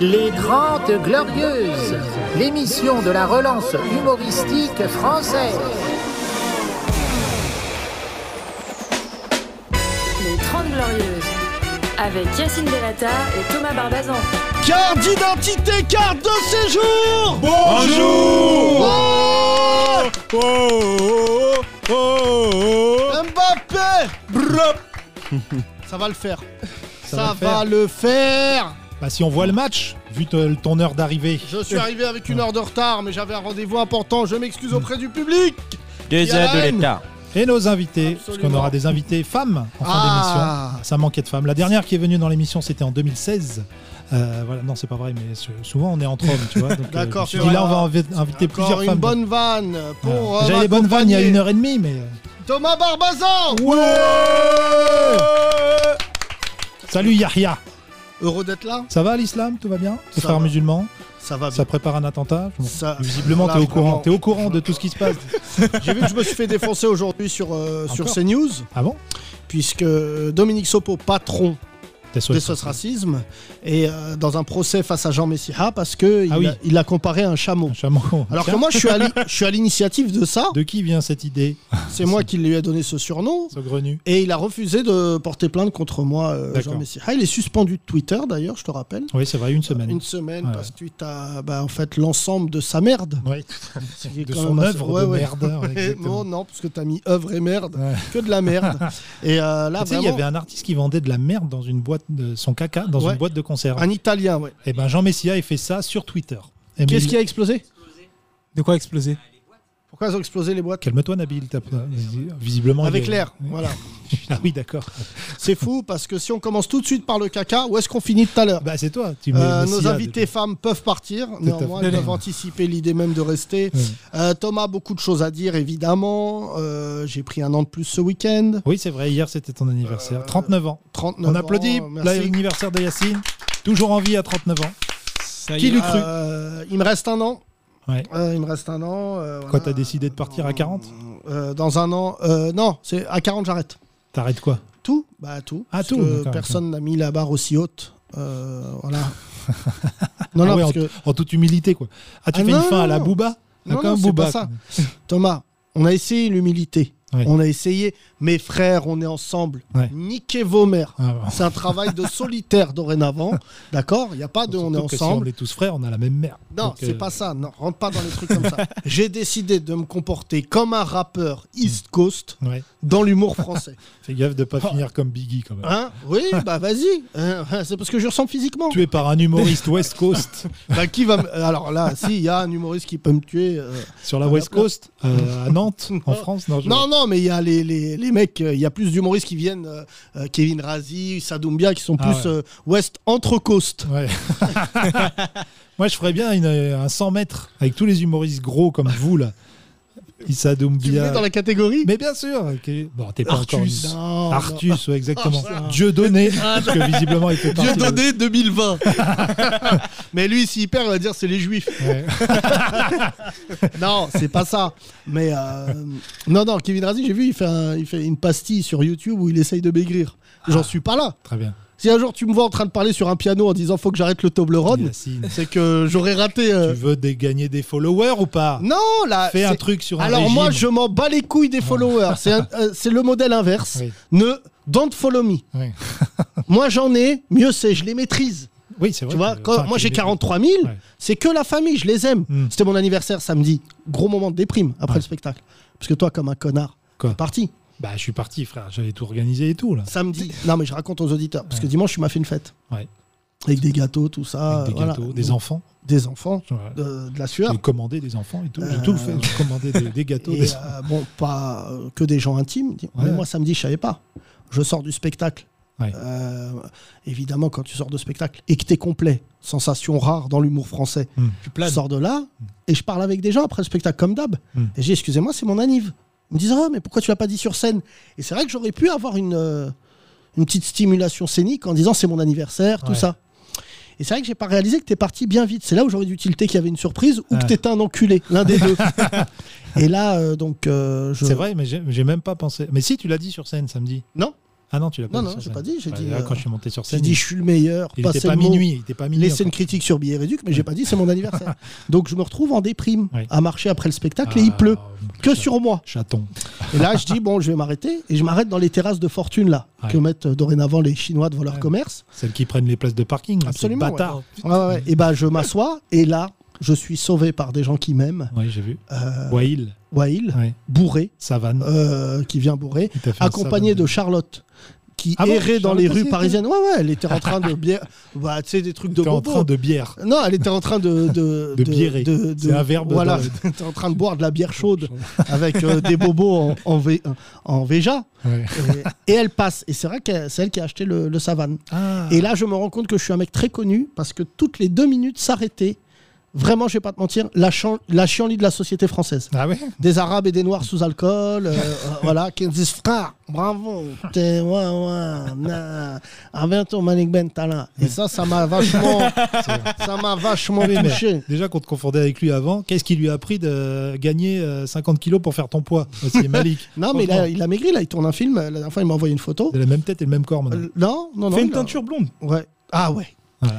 Les 30 Glorieuses, l'émission de la relance humoristique française. Les 30 Glorieuses, avec Yacine Delata et Thomas Barbazan. Carte d'identité, carte de séjour Bonjour Oh oh, oh, oh, oh, Mbappé Brop. Ça va le faire. Ça, va va, le le faire. faire Bah si on voit le match, vu te- ton heure d'arrivée. Je suis arrivé avec une heure de retard, mais j'avais un rendez-vous important. Je m'excuse auprès du public Deux heures de Yann. l'état. Et nos invités, parce Absolument. qu'on aura des invités femmes en fin Ah. d'émission. Ça manquait de femmes. La dernière qui est venue dans l'émission, c'était en 2016. Euh, voilà, non, c'est pas vrai, mais sou- souvent on est entre hommes, tu vois. donc, euh, D'accord, je me c'est suis dit, là, vrai. on va invi- inviter Encore plusieurs une femmes. bonne vanne pour. Voilà. euh, J'avais des bonnes vannes il y a m'accompagner. une heure et demie, mais euh, Thomas Barbazan salut Yahya. Heureux d'être là Ça va l'islam Tout va bien Tes Ça frères va. musulmans Ça va bien. Ça prépare un attentat Je m'en- Ça- Visiblement, là, t'es au vraiment. courant. T'es au courant de tout ce qui se passe. J'ai vu que je me suis fait défoncer aujourd'hui sur, euh, sur Encore CNews, Ah bon puisque euh, Dominique Sopo, patron T'es des sauvé. SOS Racisme, est euh, dans un procès face à Jean Messiha parce que il, Ah oui. a, il a comparé à un chameau. Un chameau. Alors que Tiens, moi, je suis à l'i- je suis à l'initiative de ça. De qui vient cette idée C'est moi qui lui ai donné ce surnom. Saugrenu Et il a refusé de porter plainte contre moi, euh, D'accord. Jean Messiha. Il est suspendu de Twitter, d'ailleurs, je te rappelle. Oui, c'est vrai, une semaine. Une semaine, Ouais, parce que suite à bah, en fait, l'ensemble de sa merde. Oui, Ce qui est de quand son même assez- œuvre Ouais, de ouais. merde. ouais, exactement. non, non, parce que t'as mis œuvre et merde, Ouais. que de la merde. Et euh, là, Tu sais, il y vraiment, avait un artiste qui vendait de la merde dans une boîte, de, son caca dans Ouais. une boîte de concert. un Italien, ouais. Et ben Jean Messia, il fait ça sur Twitter. Et mais Qu'est-ce il- qui a explosé De quoi exploser Pourquoi ils ont explosé les boîtes Calme-toi, Nabil. t'as- Visiblement, il Avec est- l'air, voilà. Ah oui, d'accord. C'est fou parce que si on commence tout de suite par le caca, où est-ce qu'on finit tout à l'heure Bah, c'est toi. Tu mets Euh, Messia Nos dedans. invités femmes peuvent partir, néanmoins fait. elles peuvent anticiper l'idée même de rester. Ouais. Euh, Thomas, beaucoup de choses à dire évidemment. Euh, J'ai pris un an de plus ce week-end. Oui, c'est vrai. Hier, c'était ton anniversaire. 39 ans. 39 On applaudit Euh, ans, merci. l'anniversaire de Yacine. Toujours en vie à 39 ans. Ça Qui y est. l'eût cru Euh, Il me reste un an. Ouais. Euh, il me reste un an. euh, Quand voilà. t'as décidé de partir à 40 Euh, Dans un an. euh, non, c'est à 40 j'arrête. T'arrêtes quoi Tout Bah tout. Ah, Parce tout, que d'accord, personne n'a mis la barre aussi haute. Euh, voilà. non, Ah non, ouais, parce en, que en toute humilité, quoi. Ah, tu Ah fais non, une fin à la non. Booba Non, Ah, non, comme c'est Booba. pas ça. quoi. Thomas, on a essayé l'humilité. Ouais. On a essayé. Mes frères, on est ensemble. Ouais. Niquez vos mères. Ah, bah. C'est un travail de solitaire dorénavant. D'accord Il n'y a pas de on est Surtout que Si on ensemble. est tous frères, on a la même mère. Non, Donc, c'est euh, pas ça. Non, rentre pas dans les trucs comme ça. J'ai décidé de me comporter comme un rappeur East Coast Ouais. dans l'humour français. Fais gaffe de pas Oh. finir comme Biggie quand même. Hein Oui, bah vas-y. Hein, hein, C'est parce que je ressens physiquement. Tué par un humoriste West Coast Bah, qui va me- Alors là, si, il y a un humoriste qui peut me tuer. euh. sur la West Coast euh, à Nantes en France non, je- Non, non, mais il y a les, les, les mecs, euh, il y a plus d'humoristes qui viennent, euh, euh, Kevin Razi, Sadoumbia, qui sont Ah plus ouais. euh, ouest entrecôte. Ouais. Moi je ferais bien une, euh, un 100 mètres avec tous les humoristes gros comme vous là. Issa Tu me Doumbia. mets dans la catégorie Mais bien sûr. ok. Bon t'es pas encore. Artus. une- Non, Oh, Ah, non. Artus, ouais, exactement. Dieu donné, parce que visiblement il fait partie Dieu de- donné 2020. mais lui, s'il perd, il va dire c'est les juifs. Ouais. Non, c'est pas ça. Mais euh, non, non, Kevin Razi, j'ai vu, il fait, un- il fait une pastille sur YouTube où il essaye de maigrir. Ah. J'en suis pas là. Très bien. Si un jour tu me vois en train de parler sur un piano en disant faut que j'arrête le Toblerone, Yacine, c'est que j'aurais raté. euh, tu veux dé- gagner des followers ou pas Non, là. Fais un c'est- truc sur un Alors moi, régime. je m'en bats les couilles des followers. C'est un- euh, c'est le modèle inverse. Oui. Ne don't follow me. Ouais. Moi, j'en ai. Mieux c'est, je les maîtrise. Oui, c'est vrai. Tu vois, que- quand- euh, enfin, moi que- j'ai 43 000, Ouais. c'est que la famille, je les aime. Mm. C'était mon anniversaire samedi. Gros moment de déprime après Ouais. le spectacle. Parce que toi, comme un connard, Quoi t'es parti Bah, je suis parti, frère. J'avais tout organisé et tout, là. samedi. non, mais je raconte aux auditeurs. Parce que dimanche, tu m'as fait une fête. Ouais. Avec des gâteaux, tout ça. Avec des voilà. gâteaux, des enfants. Des enfants, euh, Voilà. de, de la J'ai sueur. commandé des enfants et tout. J'ai Euh, tout fait. J'ai commandé des, des gâteaux. Et des- euh, bon, pas euh, que des gens intimes. Mais Ouais. moi, samedi, je savais pas. Je sors du spectacle. Ouais. Euh, évidemment, quand tu sors de spectacle et que t'es complet, sensation rare dans l'humour français, Mm. tu je sors de là et je parle avec des gens après le spectacle, comme d'hab. Mm. Et j'ai excusez-moi, c'est mon anniv. Ils me disent Ah, mais pourquoi tu l'as pas dit sur scène Et c'est vrai que j'aurais pu avoir une, euh, une petite stimulation scénique en disant C'est mon anniversaire, tout Ouais. ça. Et c'est vrai que j'ai pas réalisé que t'es parti bien vite. C'est là où j'aurais dû tilter qu'il y avait une surprise ou que Ouais. t'étais un enculé, l'un des deux. Et là, euh, donc, euh, je. C'est vrai, mais j'ai j'ai même pas pensé. Mais si, tu l'as dit sur scène samedi. Non Ah non, tu l'as pas Non, dit. non, sur j'ai scène. pas dit, j'ai Ah, dit, Quand euh, je suis monté sur J'ai scène, dit, je suis le meilleur. il était passez pas le mot. minuit. Il était pas minuit. Laissez une encore. critique sur Billet Réduc, mais j'ai pas dit c'est mon anniversaire. Donc je me retrouve en déprime Ouais. à marcher après le spectacle et il Ah, pleut. Que putain. sur moi. Chaton. Et là, je dis, bon, je vais m'arrêter. Et je m'arrête dans les terrasses de fortune, là, Ouais. que mettent euh, dorénavant les Chinois devant leur Ouais. commerce. Celles qui prennent les places de parking. là, ces Absolument, ouais. Bâtards. Ouais, ouais, ouais. Et ben, je m'assois. Et là, je suis sauvé par des gens qui m'aiment. Oui, j'ai vu. Euh, Wail. Wail, Ouais. bourré, Savane. euh, qui vient bourré, Il t'a fait un accompagné savane. de Charlotte. Qui Ah bon, errait dans les Charlotte aussi rues était- parisiennes. Ouais, ouais, elle était en train de bière. Bah, tu sais, des trucs de T'es en bobo. train de bière. Non, elle était en train de. De, De biérer. de- de- C'est un verbe Voilà, dans le- elle était en train de boire de la bière chaude avec euh, des bobos en, en, vé- en Véja. Ouais. Et, et elle passe. Et c'est vrai que c'est elle qui a acheté le, le savane. Ah. Et là, je me rends compte que je suis un mec très connu parce que toutes les deux minutes s'arrêter. Vraiment, je vais pas te mentir, la, chan- la chienlit de la société française. Ah ouais Des Arabes et des Noirs sous alcool, euh, euh, voilà, qui disent frère, bravo, t'es ouais, ouais, na, à bientôt Malik Bentala. Et ça, ça m'a vachement, ça m'a vachement Oui, mais- touché. Déjà qu'on te confondait avec lui avant, qu'est-ce qui lui a appris de gagner euh, 50 kilos pour faire ton poids aussi Malik Non, mais il Franchement, a, il a maigri, là, il tourne un film. La dernière fois, il m'a envoyé une photo. il a la même tête et le même corps maintenant. Euh, non, non, non. Fais une il a- teinture blonde. Ouais. Ah ouais.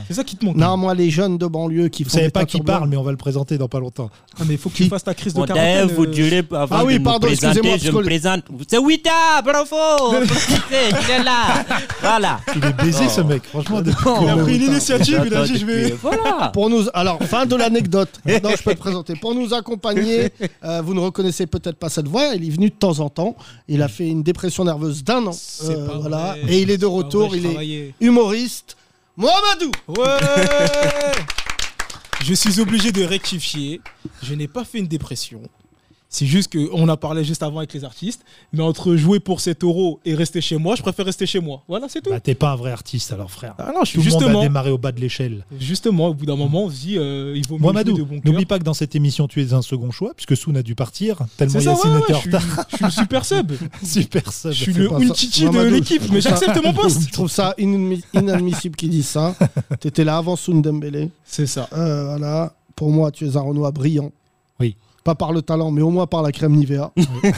C'est ça qui te manque. Non, moi, les jeunes de banlieue qui Vous font. savez des pas qui peintures blanches- parle, mais on va le présenter dans pas longtemps. Ah, mais il faut que tu fasses ta crise de Bon, quarantaine. d'ailleurs, vous euh, durez avant Ah oui, de pardon, me excusez-moi, présenter, je parce me que- présente. C'est Wita, bravo Profitez, il est là Voilà Il est baisé Oh. ce mec, franchement. depuis- Non. Il a pris l'initiative, il a Attends, dit je vais. Voilà Pour nous, alors fin de l'anecdote. Maintenant, je peux te présenter. Pour nous accompagner, euh, vous ne reconnaissez peut-être pas cette voix. Il est venu de temps en temps. Il a fait une dépression nerveuse d'un an. C'est Euh, pas voilà. vrai, Et il est de c'est pas retour. vrai, je il est travaillais. humoriste. Mohamedou. Oh. Ouais Je suis obligé de rectifier. Je n'ai pas fait une dépression. C'est juste qu'on a parlé juste avant avec les artistes. Mais entre jouer pour cet euros et rester chez moi, je préfère rester chez moi. Voilà, c'est tout. Bah, t'es pas un vrai artiste alors, frère. Ah non, je Tout suis le monde a justement. démarré au bas de l'échelle. Justement, au bout d'un moment, on se dit, euh, il vaut mieux jouer de Mohamedou, bon cœur. n'oublie pas que dans cette émission, tu es un second choix, puisque Soun a dû partir, tellement C'est ça, Yacine ouais, ouais, était en je, suis, retard. je suis le super sub. Super sub. Je suis C'est le pas- ça. Umtiti de Mamadou, l'équipe, je trouve mais ça- j'accepte mon poste. Je trouve ça inadmi- inadmissible qu'ils disent ça. T'étais là avant Soun Dembélé. C'est ça. Euh, voilà. Pour moi, tu es un Renoir brillant. Oui. Pas par le talent, mais au moins par la crème Nivea.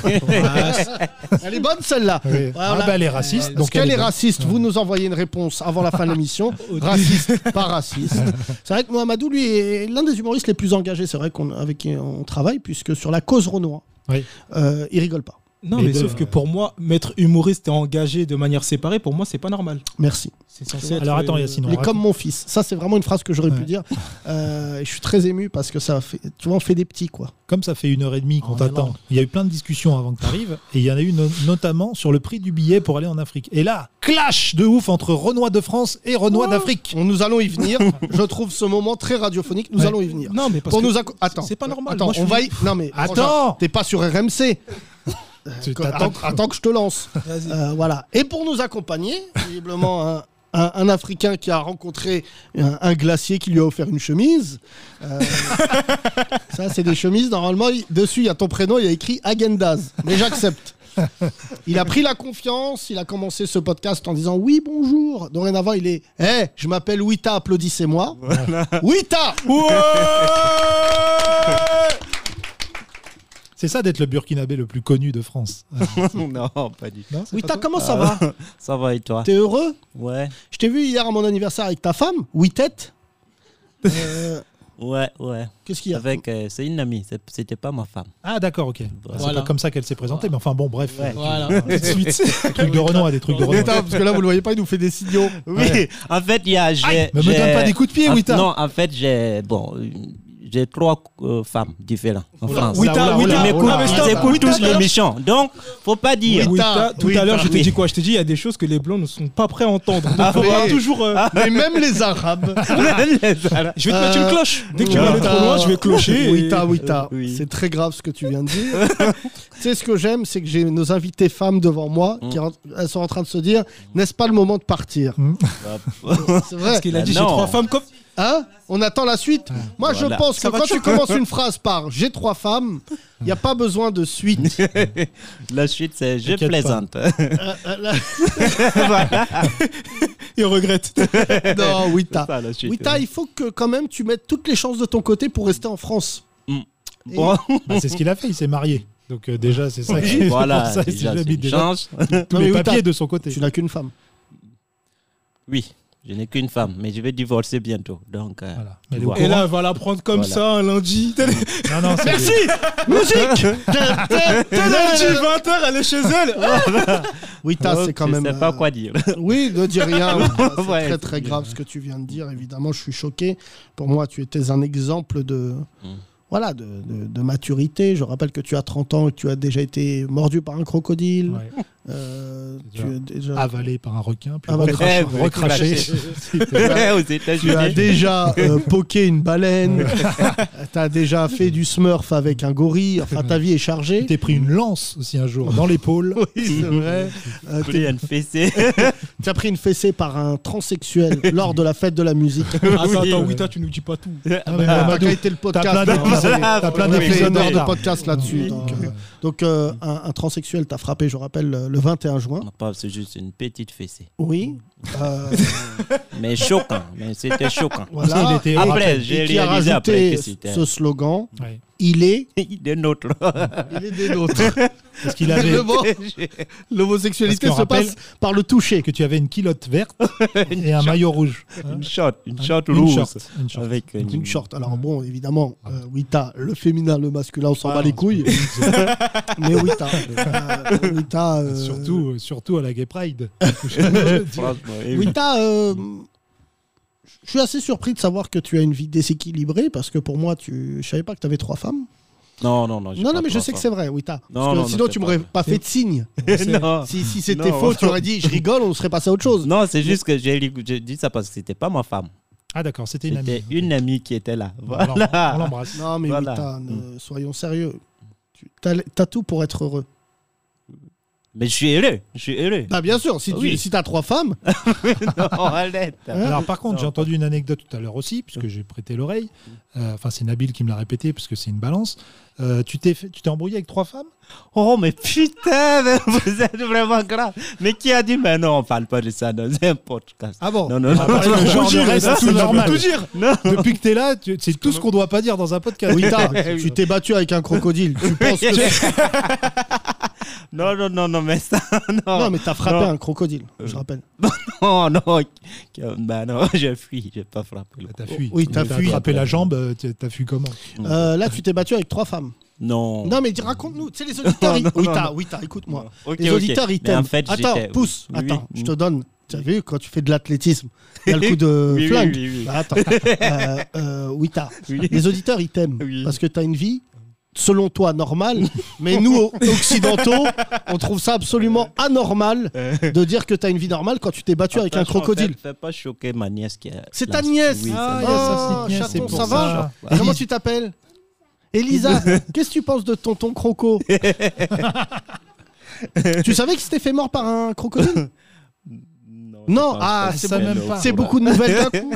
Elle est bonne celle-là. Oui. Voilà. Ah bah, elle est raciste. Parce donc qu'elle est bonne. raciste, vous nous envoyez une réponse avant la fin de l'émission. raciste, pas raciste. C'est vrai que Mohamedou, lui, est l'un des humoristes les plus engagés, c'est vrai qu'on avec qui on travaille, puisque sur la cause Renoir, Oui. euh, il rigole pas. Non, Les mais deux, sauf que euh. pour moi, mettre humoriste et engagé de manière séparée, pour moi, c'est pas normal. Merci. C'est censé Alors être, attends, euh, Yacine, on Il est raconte- comme mon fils. Ça, c'est vraiment une phrase que j'aurais Ouais. pu dire. Euh, et je suis très ému parce que ça fait, tu vois, on fait des petits, quoi. comme ça fait une heure et demie qu'on En t'attend, Irlande. il y a eu plein de discussions avant que tu arrives, et il y en a eu no- notamment sur le prix du billet pour aller en Afrique. Et là, clash de ouf entre Renoir de France et Renoir d'Afrique. On- Nous allons y venir. je trouve ce moment très radiophonique. Nous Ouais. allons y venir. Non, mais parce Pour que nous acco- Attends. c'est pas normal. Attends, Moi, je on suis- va y- Non, mais. Attends T'es pas sur RMC. Tu Attends, t'attends que- attends que je te lance. Vas-y. Euh, voilà. Et pour nous accompagner, visiblement un, un- un Africain qui a rencontré un, un glacier qui lui a offert une chemise. Euh, ça, c'est des chemises. Normalement, il- dessus, il y a ton prénom, il y a écrit Agendaz. Mais j'accepte. Il a pris la confiance, il a commencé ce podcast en disant oui, bonjour. Dorénavant, il est Eh, je m'appelle Wita, applaudissez-moi. Wita C'est ça d'être le Burkinabé le plus connu de France. Non, pas du tout. Non, c'est Wita, pas toi comment ça va Ça va et toi T'es heureux Ouais, Je t'ai vu hier à mon anniversaire avec ta femme, Witette. ouais, ouais. Qu'est-ce qu'il y a Avec, euh, c'est une amie, c'est- c'était pas ma femme. Ah d'accord, ok. C'est Voilà. pas comme ça qu'elle s'est présentée, mais enfin bon, bref. Ouais. Voilà. Tout de suite. des trucs de Renoir, des trucs de Renoir. Wita, parce que là, vous le voyez pas, il nous fait des signaux. Oui, en fait, il y a. j'ai- Mais me j'ai- donne pas des coups de pied, Ah, en- Wita. Non, en fait, j'ai. Bon, euh, j'ai trois euh, femmes différentes en France. Wita, Ils Wita, m'écoutent, Wita, Wita, ils écoutent Wita, tous d'ailleurs. l'émission. Donc, faut pas dire. Oui, Wita, t'as- tout Wita. Ah à l'heure, je t'ai Oui. dit quoi Je t'ai dit, il y a des choses que les blancs ne sont pas prêts à entendre. Donc, faut oui. pas toujours. euh, Mais même les Arabes. Je vais te mettre une Euh, cloche. Dès que tu vas aller trop loin, je vais clocher. et- Euh, Wita, Wita. Oui. C'est très grave ce que tu viens de dire. tu sais, ce que j'aime, c'est que j'ai nos invitées femmes devant moi, Mm. qui en- elles sont en train de se dire n'est-ce pas le moment de partir Mm. C'est vrai. Parce qu'il a Bah dit, j'ai non. trois femmes comme. Hein On attend la suite. Moi, je Voilà. pense que Ça va quand te tu commences une phrase par j'ai trois femmes, il n'y a pas besoin de suite. La suite, c'est je T'inquiète pas. plaisante. Euh, euh, là- Il regrette. non, Wita. Ça, la suite. Wita, il faut que quand même tu mettes toutes les chances de ton côté pour rester en France. Bon, Bah, c'est ce qu'il a fait, il s'est marié. Donc euh, déjà, c'est ça. Euh, qui- voilà, ça, c'est déjà, déjà c'est mis une déjà chance. tous Non, les mais oui, papiers t'as- de son côté. Tu n'as qu'une femme. Oui, je n'ai qu'une femme, mais je vais divorcer bientôt. Donc, euh, Voilà. tu Elle est au vois. Et là, elle va la prendre comme Voilà. ça un lundi. Non, non, c'est- Merci Lundi 20h, elle est chez elle Oui, t'as, Oh, c'est quand je même. Oh. sais pas euh, quoi dire. Oui, ne dis rien. oui, ça, C'est Ouais, très très c'est grave ce que tu viens de dire. Évidemment, je suis choqué. Pour moi, tu étais un exemple de. Mm. Voilà, de, de- de maturité. Je rappelle que tu as 30 ans et que tu as déjà été mordu par un crocodile. Ouais. Euh, C'est Ah. tu, déjà- es déjà, Avalé par un requin, puis Ah, bah, recraché. crève, recraché. Aux tu as États-Unis. déjà euh, poké une baleine. tu as déjà fait du smurf avec un gorille. Enfin, ta vie est chargée. Tu t'es pris une lance aussi un jour dans l'épaule. Oui, c'est vrai. Euh, t'es- Pris une fessée. Tu as pris une fessée par un transsexuel lors de la fête de la musique. Attends, Oui, attends, ouais. Wita, tu nous dis pas tout. Non, mais T'as Mamadou, qu'à été le podcast. Ah, Ah, plein hein, d'épisodes- vous savez. t'as plein On a fait d'épisodes une heure de d'art. podcast là-dessus. Donc, euh, donc, euh, un, un transsexuel t'a frappé, je rappelle, le le 21 juin. Non, pas, C'est juste une petite fessée. Oui. Euh, Mais choquant. Mais c'était choquant. voilà. Il était- Après, j'ai Et qui a réalisé après rajouté que c'était ce slogan Ouais. Il est, de notre. il est des nôtres. Parce qu'il avait. Le mot- L'homosexualité Parce se qu'on rappelle- passe par le toucher. que tu avais une culotte verte et un maillot rouge. Hein Une short. Une short Une rouge. short, une short. Avec une, Une short. Alors bon, évidemment, euh, oui, t'as le féminin, le masculin, on s'en bat les couilles. Mais oui, t'as. euh, oui, t'as, euh, Surtout, euh, surtout à la Gay Pride. Franchement, et Oui, t'as, eh euh, je suis assez surpris de savoir que tu as une vie déséquilibrée parce que pour moi, tu... je savais pas que tu avais trois femmes. Non, non, non. j'ai Non, pas non, mais je trois sais que c'est femmes. vrai, Wita. Parce Non, que non, sinon, non, tu c'est m'aurais pas pas fait de signe. Non. Si, si c'était Non. faux, tu aurais dit je rigole, on serait passé à autre chose. Non, c'est juste que j'ai j'ai dit ça parce que c'était pas ma femme. Ah d'accord, c'était une C'était amie. une amie qui était là. Bon, alors, On Voilà. l'embrasse. Non, mais Voilà. Mm. Wita, ne- soyons sérieux. Tu as, tout pour être heureux. Mais je suis heureux. Je suis heureux. Bah, bien sûr, si tu Ah Oui. si as trois femmes, Non, arrête. Hein Alors par contre, Non. j'ai entendu une anecdote tout à l'heure aussi, puisque j'ai prêté l'oreille. Euh, Enfin, c'est Nabil qui me l'a répété, parce que c'est une balance. Euh, tu t'es fait- tu t'es embrouillé avec trois femmes Oh, mais putain, mais vous êtes vraiment grave. Mais qui a dit, mais non, on parle pas de ça dans un podcast. Ah bon Non, non, non. Après, le genre de reste, c'est normal. dire. Non, Depuis que t'es là, tu- c'est tout ce qu'on doit pas dire dans un podcast. Wita, tu t'es battu avec un crocodile. Tu penses que. non, non, non, non, mais ça, non. Non, mais t'as frappé Non. Euh, un crocodile, je rappelle. Non, non, que- bah non, je fuis, j'ai pas frappé. le Bah, coup. T'as fui. Oui, t'as fui. attrapé la jambe, euh, t'as t'as fui comment Euh, là, tu t'es battu avec trois femmes. Non. Non, mais dis- raconte-nous. Tu sais, les auditeurs. ils- Oh. Non, non, oui, t'as- non. oui, t'as, écoute-moi. Ok, les ok. auditeurs, ils Mais t'aiment. en fait, attends, j'étais- pousse. Oui, Attends, oui. je te donne. Tu as vu, quand tu fais de l'athlétisme, il y a le coup de Oui, oui, flingue. oui, oui. Bah, attends. Euh, euh, oui, t'as. Les auditeurs, ils t'aiment. Oui. Parce que t'as une vie, selon toi, normale. mais nous, o- occidentaux, on trouve ça absolument anormal Euh. de dire que t'as une vie normale quand tu t'es battu avec un Attention, crocodile. Fais, fais pas choquer ma nièce qui est. C'est là. ta nièce. Oui, Ah, c'est il y ma- a sa petite Oh, nièce, chaton, c'est pour ça va ça. Comment tu t'appelles Elisa, qu'est-ce que tu penses de tonton croco Tu savais qu'il s'était fait mort par un crocodile Non, je pense ah, pas. c'est bon. Mais même non, pas. C'est voilà. beaucoup de nouvelles d'un coup.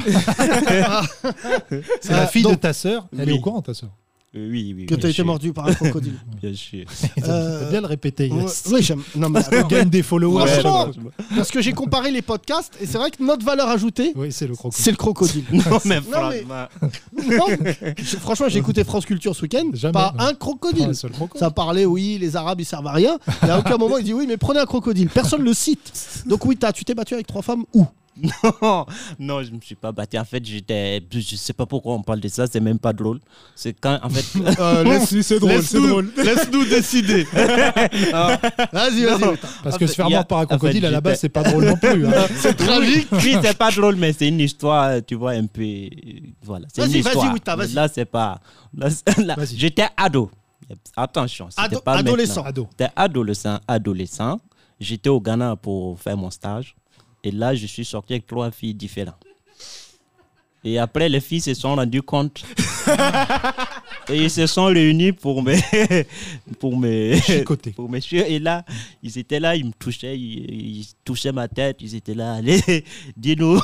C'est la Euh, fille de donc- ta sœur. Elle est Oui. au courant, ta sœur. Oui, oui. Que bien t'as été sûr, mordu par un crocodile. Bien sûr. Euh, T'as bien le répéter. Ouais, Yes. oui, j'aime. Non, mais On attends. gagne des followers. Ouais, Franchement. non, parce que j'ai comparé les podcasts et c'est vrai que notre valeur ajoutée, Oui, c'est le crocodile. c'est le crocodile. Non, mais Non, mais- franchement. Non, je- franchement, j'ai écouté France Culture ce week-end. Jamais. Pas un Pas crocodile. un seul crocodile. Ça parlait, oui, les Arabes, ils servent à rien. Et à aucun moment, il dit, oui, mais prenez un crocodile. Personne le cite. Donc, oui, t'as- tu t'es battu avec trois femmes où Non, non, je me suis pas battu. En fait, j'étais. Je sais pas pourquoi on parle de ça, c'est même pas drôle. C'est quand, en fait. Euh, Si, c'est drôle, c'est drôle. Laisse-nous décider. vas-y, vas-y. Non. putain. Parce En que fait, se faire il y a- mort par un en fait, crocodile, à la base, j'étais- c'est pas drôle non plus. hein. c'est tragique. Oui, c'est pas drôle, mais c'est une histoire, euh, tu vois, un peu. euh, Voilà, c'est une Vas-y, vas-y, histoire. Wita, vas-y. Là, c'est pas. là, c'est- là, Vas-y. j'étais ado. Attention, c'était Ado- pas maintenant. adolescent. Ado. J'étais adolescent, adolescent. J'étais au Ghana pour faire mon stage. Et là, je suis sorti avec trois filles différentes. Et après, les filles se sont rendues compte. et ils se sont réunis pour me. pour me. Chicoté. pour me chier. Et là, ils étaient là, ils me touchaient, ils, ils touchaient ma tête. Ils étaient là, allez, dis-nous,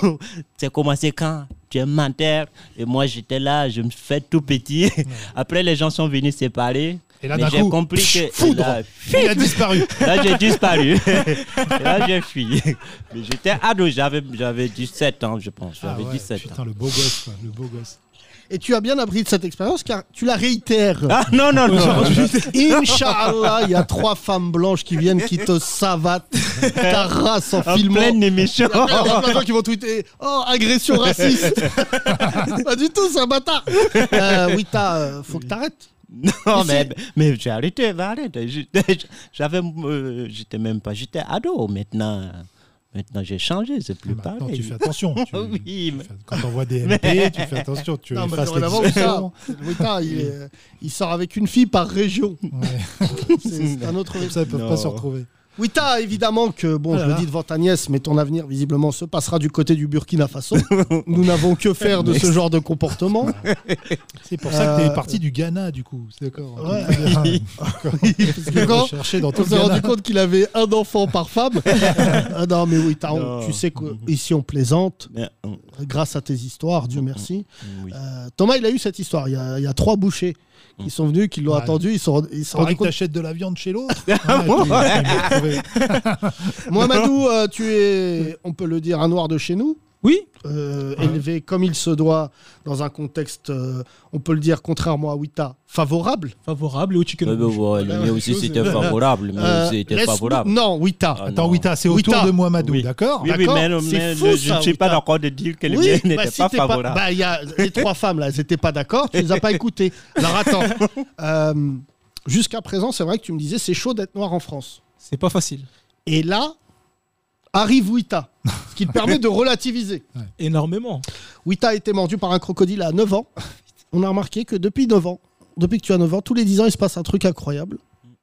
c'est commencé quand Tu es menteur. Et moi, j'étais là, je me fais tout petit. Après, les gens sont venus séparer. Et là, Mais d'un j'ai coup, compris pff, que. foudre. et là, Il a disparu. Là, j'ai disparu. Et là, j'ai fui. Mais j'étais ado, j'avais, j'avais 17 ans, je pense. Ah J'avais ouais, 17 ans. Putain, le beau gosse, quoi, le beau gosse. Et tu as bien appris de cette expérience car tu la réitères. Euh, Ah non, non, non. Inch'Allah, il y a trois femmes blanches qui viennent qui te savatent ta race en, En filmant. pleine émission. Il y a plein- il y a plein de gens qui vont tweeter Oh, agression raciste Pas du tout, c'est un bâtard euh, Oui, t'as, euh, faut que t'arrêtes. Non, Oh, mais, mais j'ai arrêté, va, arrête. J'ai- J'avais, euh, j'étais même pas, j'étais ado. Maintenant, maintenant j'ai changé, c'est plus Maintenant, pareil. Oh, tu fais attention. Tu, Oui, tu mais- fais- quand on voit des MP, tu fais attention. Tu Non, mais effaces dorénavant, les Wita, Wita, il, est- il sort avec une fille par région. C'est c'est un autre Comme ça, ils peuvent pas se retrouver. Wita, évidemment que, bon, je Voilà. le dis devant ta nièce, mais ton avenir, visiblement, se passera du côté du Burkina Faso. Nous n'avons que faire de ce genre de comportement. C'est pour ça que t'es Euh, parti du Ghana, du coup. C'est d'accord. Ah, Ouais. Parce que quand chercher dans tout On le s'est Ghana. rendu compte qu'il avait un enfant par femme. ah non, mais Wita, on- Non. tu sais qu'ici, on plaisante, Mais, euh, grâce à tes histoires, Dieu merci. oui. Euh, Thomas, il a eu cette histoire. Il y a, il y a trois bouchers qui sont venus, qui l'ont Mm. Ouais. attendu. Ils sont, ils se sont rendus Pareil que compte. t'achètes de la viande chez l'autre. Hein, Ouais, tu- tu peux trouver. Mohamedou, euh, tu es, on peut le dire, un noir de chez nous. Oui. Euh, Élevé comme il se doit dans un contexte, euh, on peut le dire, contrairement à Wita, favorable. Favorable et au chicken. Ouais, ouais, Euh, ouais, mais aussi c'était favorable, mais Ah, Euh, aussi c'était laisse- favorable. Non, Wita. Ah, Attends, non. Wita, c'est autour Wita. de Mohamedou, Oui. d'accord Bah, Oui, oui, D'accord, mais, c'est mais fou, le- je ça, ne suis pas putain. d'accord de dire que les Oui, miennes bah, n'étaient si pas t'es pas- favorables. bah, il y a les trois femmes là, elles n'étaient pas d'accord, tu les as pas écoutées. Alors attends, euh, jusqu'à présent, c'est vrai que tu me disais c'est chaud d'être noir en France. C'est pas facile. Et là, arrive Wita, ce qui te permet de relativiser. Énormément. Wita a été mordu par un crocodile à 9 ans. On a remarqué que depuis 9 ans, depuis que tu as 9 ans, tous les 10 ans, il se passe un truc incroyable.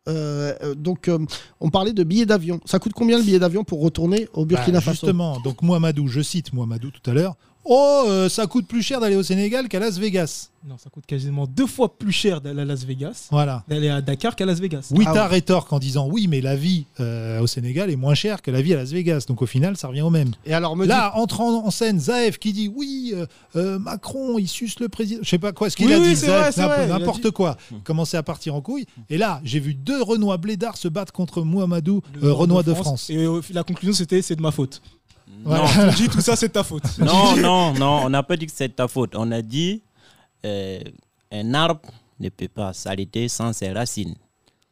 Euh, euh, donc, euh, on parlait de billets d'avion. Ça coûte combien le billet d'avion pour retourner au Burkina Bah, Faso Justement, donc Mohamedou, je cite Mohamedou tout à l'heure. Oh, euh, ça coûte plus cher d'aller au Sénégal qu'à Las Vegas. Non, ça coûte quasiment deux fois plus cher d'aller à Las Vegas, Voilà. d'aller à Dakar qu'à Las Vegas. Wita Ah rétorque en disant oui, mais la vie euh, au Sénégal est moins chère que la vie à Las Vegas. Donc au final, ça revient au même. Et alors, me Là, entrant en scène, Zaev qui dit oui, euh, euh, Macron, il suce le président. Je sais pas quoi ce qu'il Oui, a oui, dit. c'est Zaev, vrai, c'est n'importe- vrai, il a N'importe dit. quoi. Commencer à partir en couille. Et là, j'ai vu deux Renois Blédard se battre contre Mohamedou Le euh, Nord Renoir de France. Et euh, la conclusion, c'était c'est de ma faute. Non, Je dis tout ça, c'est de ta faute. non, non, non, on n'a pas dit que c'est de ta faute. On a dit euh, un arbre ne peut pas s'arrêter sans ses racines.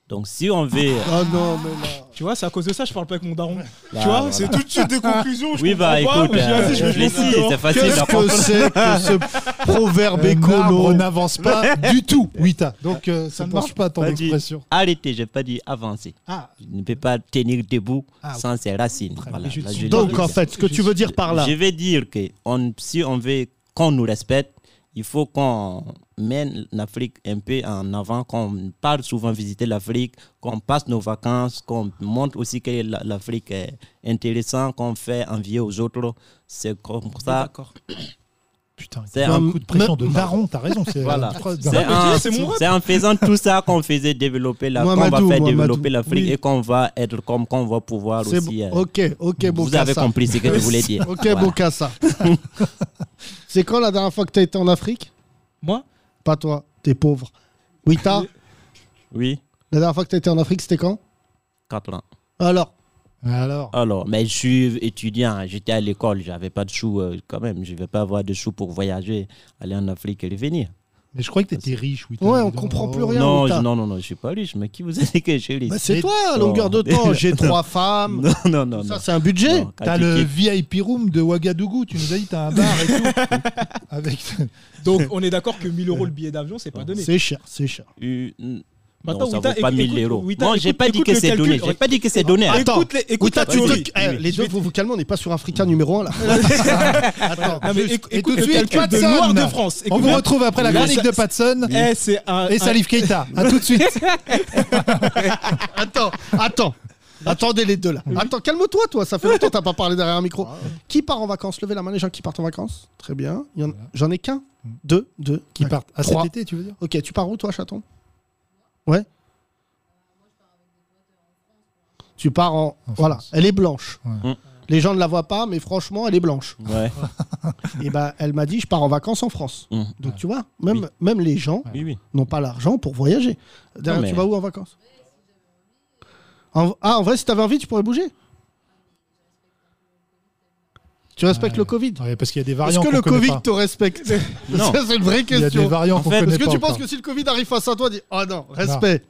Donc si on veut... Ah, Oh non, mais là. Tu vois, c'est à cause de ça, je parle pas avec mon daron. Là, tu vois, voilà. c'est tout de suite des conclusions. Je Oui, bah comprends pas, écoute, mais je dis, euh, vas-y, je vais je l'ai jouer dit, dedans. c'est facile hein, Qu'est-ce à que comprendre. c'est que ce proverbe Un arbre écolo n'avance pas du tout, Wita. Donc euh, ça ne marche pas ton Pas dit expression. Arrêter, j'ai pas dit avancer. Ah, Je ne peux pas tenir debout Ah, ok. sans ses racines. Voilà, je là, suis je l'ai d'accord. dit. Donc en fait, ce que tu veux dire par là, Je vais dire que on- si on veut qu'on nous respecte, il faut qu'on mène l'Afrique un peu en avant, qu'on parle souvent visiter l'Afrique, qu'on passe nos vacances, qu'on montre aussi que la- l'Afrique est intéressante, qu'on fait envier aux autres. C'est comme ça. D'accord. putain, C'est un un- coup de pression de daron, t'as raison. c'est- euh, Voilà. une phrase- C'est mais en- c'est mon rêve. c'est en faisant tout ça qu'on faisait développer la, qu'on va Mohamedou, faire Mohamedou, développer l'Afrique oui. et qu'on va être comme qu'on va pouvoir c'est aussi. euh, bon. Ok, ok, bon. vous avez compris ce que je voulais dire. Ok, Voilà. bon Cassa. c'est quand la dernière fois que t'as été en Afrique Moi, Pas toi, t'es pauvre. Wita, Oui, la dernière fois que t'as été en Afrique, c'était quand 4 ans. Alors, Alors, Alors, mais je suis étudiant, j'étais à l'école, j'avais pas de sous euh, quand même. Je vais pas avoir de sous pour voyager, aller en Afrique et revenir. mais je croyais que t'étais riche, Wita. Ouais, on Dis donc. comprend plus Oh, rien. Non, Outa. hein. je, non, non, non, je suis pas riche, mais qui vous a dit que je suis riche bah, c'est Mais- toi, à longueur de Non. temps. J'ai trois femmes. Non, non, non. non. Ça, c'est un budget. Non, quand T'as tu le quittes- VIP room de Ouagadougou, tu nous as dit t'as un bar et tout. Avec... donc on est d'accord que 1000 euros le billet d'avion, c'est pas donné. C'est cher, c'est cher. Euh, n- Maintenant, non, ça Ouita, vaut pas Bah, écoute- 1000 euros. Ouita, Non, j'ai écoute- pas dit écoute que le c'est calcul. donné. J'ai pas dit que c'est donné. hein. Écoute Attends, les- écoute Wita, la tu te- théorie. eh, Oui. les deux, vous vous calmez, on n'est pas sur Africain Mm. numéro 1 là. Attends, Non, Ah, mais juste- éc- et écoute tout de le suite, calcul de Patson. Noir de France. On Écoute- vous retrouve après la Là, chronique ça- de Patson Eh, c'est un. et un- Salif Keita. À tout de suite. Attends, attends. Attendez les deux là. Attends, calme-toi, toi. Ça fait longtemps que t'as pas parlé derrière un micro. Ah Qui part en vacances Levez la main les gens qui partent en vacances. Très bien. Il y en- J'en ai qu'un. Deux, deux. Mm. Qui partent Ah, à Trois. cet été, tu veux dire Ok, tu pars où toi, chaton Ouais. Tu pars en. En voilà, France. elle est blanche. Ouais. Mm. Les gens ne la voient pas, mais franchement, elle est blanche. Ouais. Et ben, elle m'a dit, je pars en vacances en France. Mmh. Mm. Donc tu vois, même, même les gens Oui, oui. n'ont pas l'argent pour voyager. Derrière, Non, mais- tu vas où en vacances En- Ah, en vrai, si t'avais envie, tu pourrais bouger Tu respectes le Covid Ouais, parce qu'il y a des Est-ce variants. que qu'on le connaît Covid pas. te respecte Non. Ça, c'est une vraie Il y a des question. variants hein. En qu'on fait, connaît pas. Est-ce que tu penses encore. que si le Covid arrive face à toi, dis Ah non, respect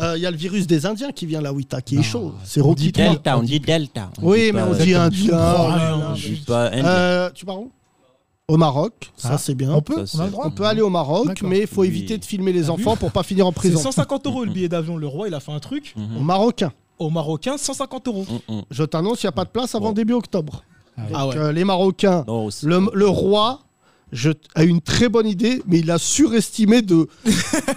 Euh, Il y a le virus des Indiens qui vient là, oui, t'as qui est Non, chaud. on C'est dit Rocky toi. Delta, on dit Delta. On Oui, dit mais pas- on dit Oh, Indien. non, On non. dit pas Indien. Euh, Tu pars où Au Maroc, ça Ah. c'est bien. On peut, Ça, on c'est- a le droit. On peut aller au Maroc, D'accord. mais il faut Oui. éviter de filmer les T'as enfants vu pour pas finir en C'est prison. 150 Mhm. euros le billet d'avion. Le roi, il a fait un truc. Au Marocain, Aux Marocains, 150 euros. Mm, mm. je t'annonce, il n'y a pas de place avant Bon. début octobre. Ah Donc, Ah ouais. euh, les Marocains, Non, aussi. le, le roi je, a une très bonne idée, mais il a surestimé de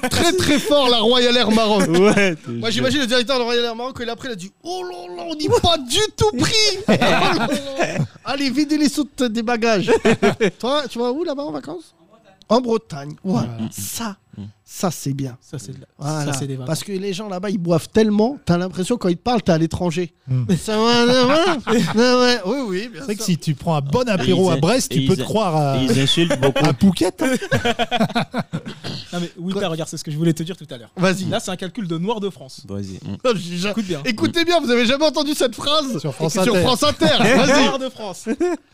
très très fort la Royal Air Maroc. Ouais. Moi j'imagine le directeur de la Royal Air Maroc, quand il a pris, il a dit Oh là là, on n'y pas du tout pris Oh là là. Allez, videz les soutes des bagages Toi, tu vas où là-bas en vacances En Bretagne. Voilà, ça, ça c'est bien. Ça, c'est de la- Voilà. ça, c'est des vacances. Parce que les gens là-bas, ils boivent tellement, t'as l'impression quand ils te parlent, t'es à l'étranger. Hmm. Mm. Ça va, ça va Ouais, ouais, Oui, oui, bien C'est vrai que sûr. si tu prends un bon apéro ils- à Brest, et tu peux te ils- croire à, Ils insultent beaucoup. à Pouquette. Non, mais oui, t'as, regarde, c'est ce que je voulais te dire tout à l'heure. Vas-y. Là, c'est un calcul de Noir de France. Vas-y. mm. J'ai jamais- Écoute bien. Écoutez bien, vous avez jamais entendu cette phrase Sur France Sur Inter. France Inter. Vas-y. Noir de France.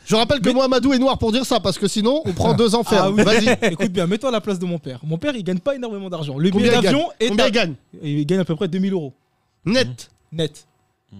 Je rappelle que moi, Madou est noir pour dire ça, parce que sinon, on prend deux enfers. Ah oui. Vas-y. Écoute bien, mets-toi à la place de mon père. Mon père, il gagne pas énormément d'argent. Le billet Combien il gagne d'avion est Combien à- Hmm. il gagne il gagne à peu près 2000 euros Net. net. Mm.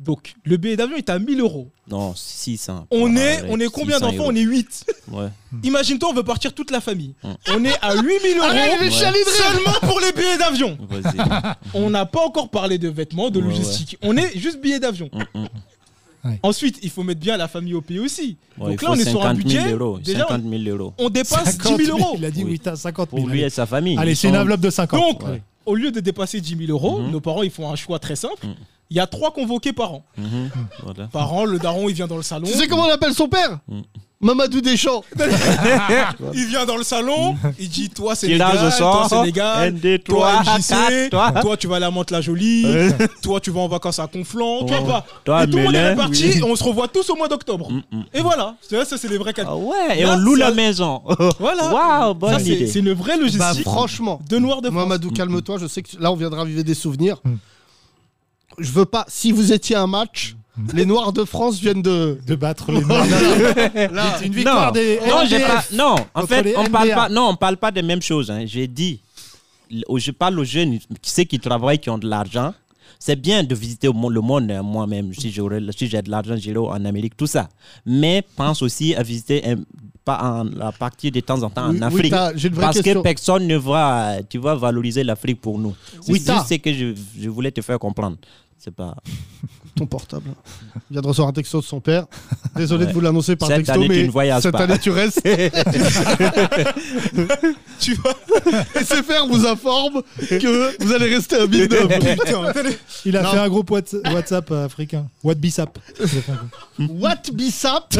Donc, le billet d'avion est à 1000 euros. Non, 600. On Ah, est, ouais, on est combien 600 d'enfants euros. On Mm. est 8. Ouais. Imagine-toi, on veut partir toute la famille. Mm. On est à 8000 euros Arrête, il est Ouais. chalet de rire. seulement pour les billets d'avion. Vas-y. On n'a pas encore parlé de vêtements, de Mm. Ouais, logistique. On est juste billets d'avion. Mm, mm. Ensuite, il faut mettre bien la famille au pays aussi. Ouais, Donc il là, on faut est sur un 50 000 budget. euros. Déjà, 50 000 euros. on dépasse 10 000 euros. Il a dit Oui. oui, t'as 50 000. Pour lui et sa famille. Allez, ils c'est sont- une enveloppe de 50. Donc, Ouais. au lieu de dépasser 10 000 euros, Mhm. nos parents, ils font un choix très simple. Mhm. Il y a trois convoqués par an. Mhm, Voilà. Par an, le daron, il vient dans le salon. Tu sais comment on appelle son père Mm. Mamadou Deschamps. Il vient dans le salon, il dit Toi, c'est Tirage légal, au sort. toi, c'est légal. ND, Toi, toi, MJC, quatre, toi. toi, tu vas à la Mantes-la-Jolie, toi, tu vas en vacances à Conflans, toi, Oh. pas. Toi, et tout le monde est Melun, réparti, oui. Mm, et on se revoit tous au mois d'octobre. Et voilà, ça, ça, c'est les vrais cas. Ah ouais, et Là, on loue ça- la maison. Voilà. Waouh, Ça, Ah, bonne c'est- idée. C'est une vraie Bah, logistique franchement, de Noir de France. Mamadou, calme-toi. Je sais que tu- là, on viendra vivre des souvenirs. Mm. Je veux pas. Si vous étiez un match, les Noirs de France viennent de. Mm. De battre les mains. Là, une victoire non. des. Non, LDF. j'ai pas- non, en contre fait, les on parle NDA. pas. Non, on parle pas des mêmes choses. hein. J'ai dit, l- je parle aux jeunes, qui ceux qui travaillent, qui ont de l'argent. C'est bien de visiter au monde- le monde euh, moi-même. Si j'aurais- si j'ai de l'argent, j'irai en Amérique, tout ça. Mais pense aussi à visiter un- pas en- à partir de temps en temps Oui, en Afrique. Wita, j'ai une vraie parce question. que personne ne va, euh, tu vas valoriser l'Afrique pour nous. C'est Wita. juste ce que je, je voulais te faire comprendre. C'est pas. ton portable. Il vient de recevoir un texto de son père. Désolé Ouais. de vous l'annoncer par Cette texto, année, tu mais ne voyages cette pas. année, tu restes. tu vois, SFR vous informe que vous allez rester à Bindom. Il a Non. fait un groupe Whats- WhatsApp euh, africain. WhatsApp. What Bissap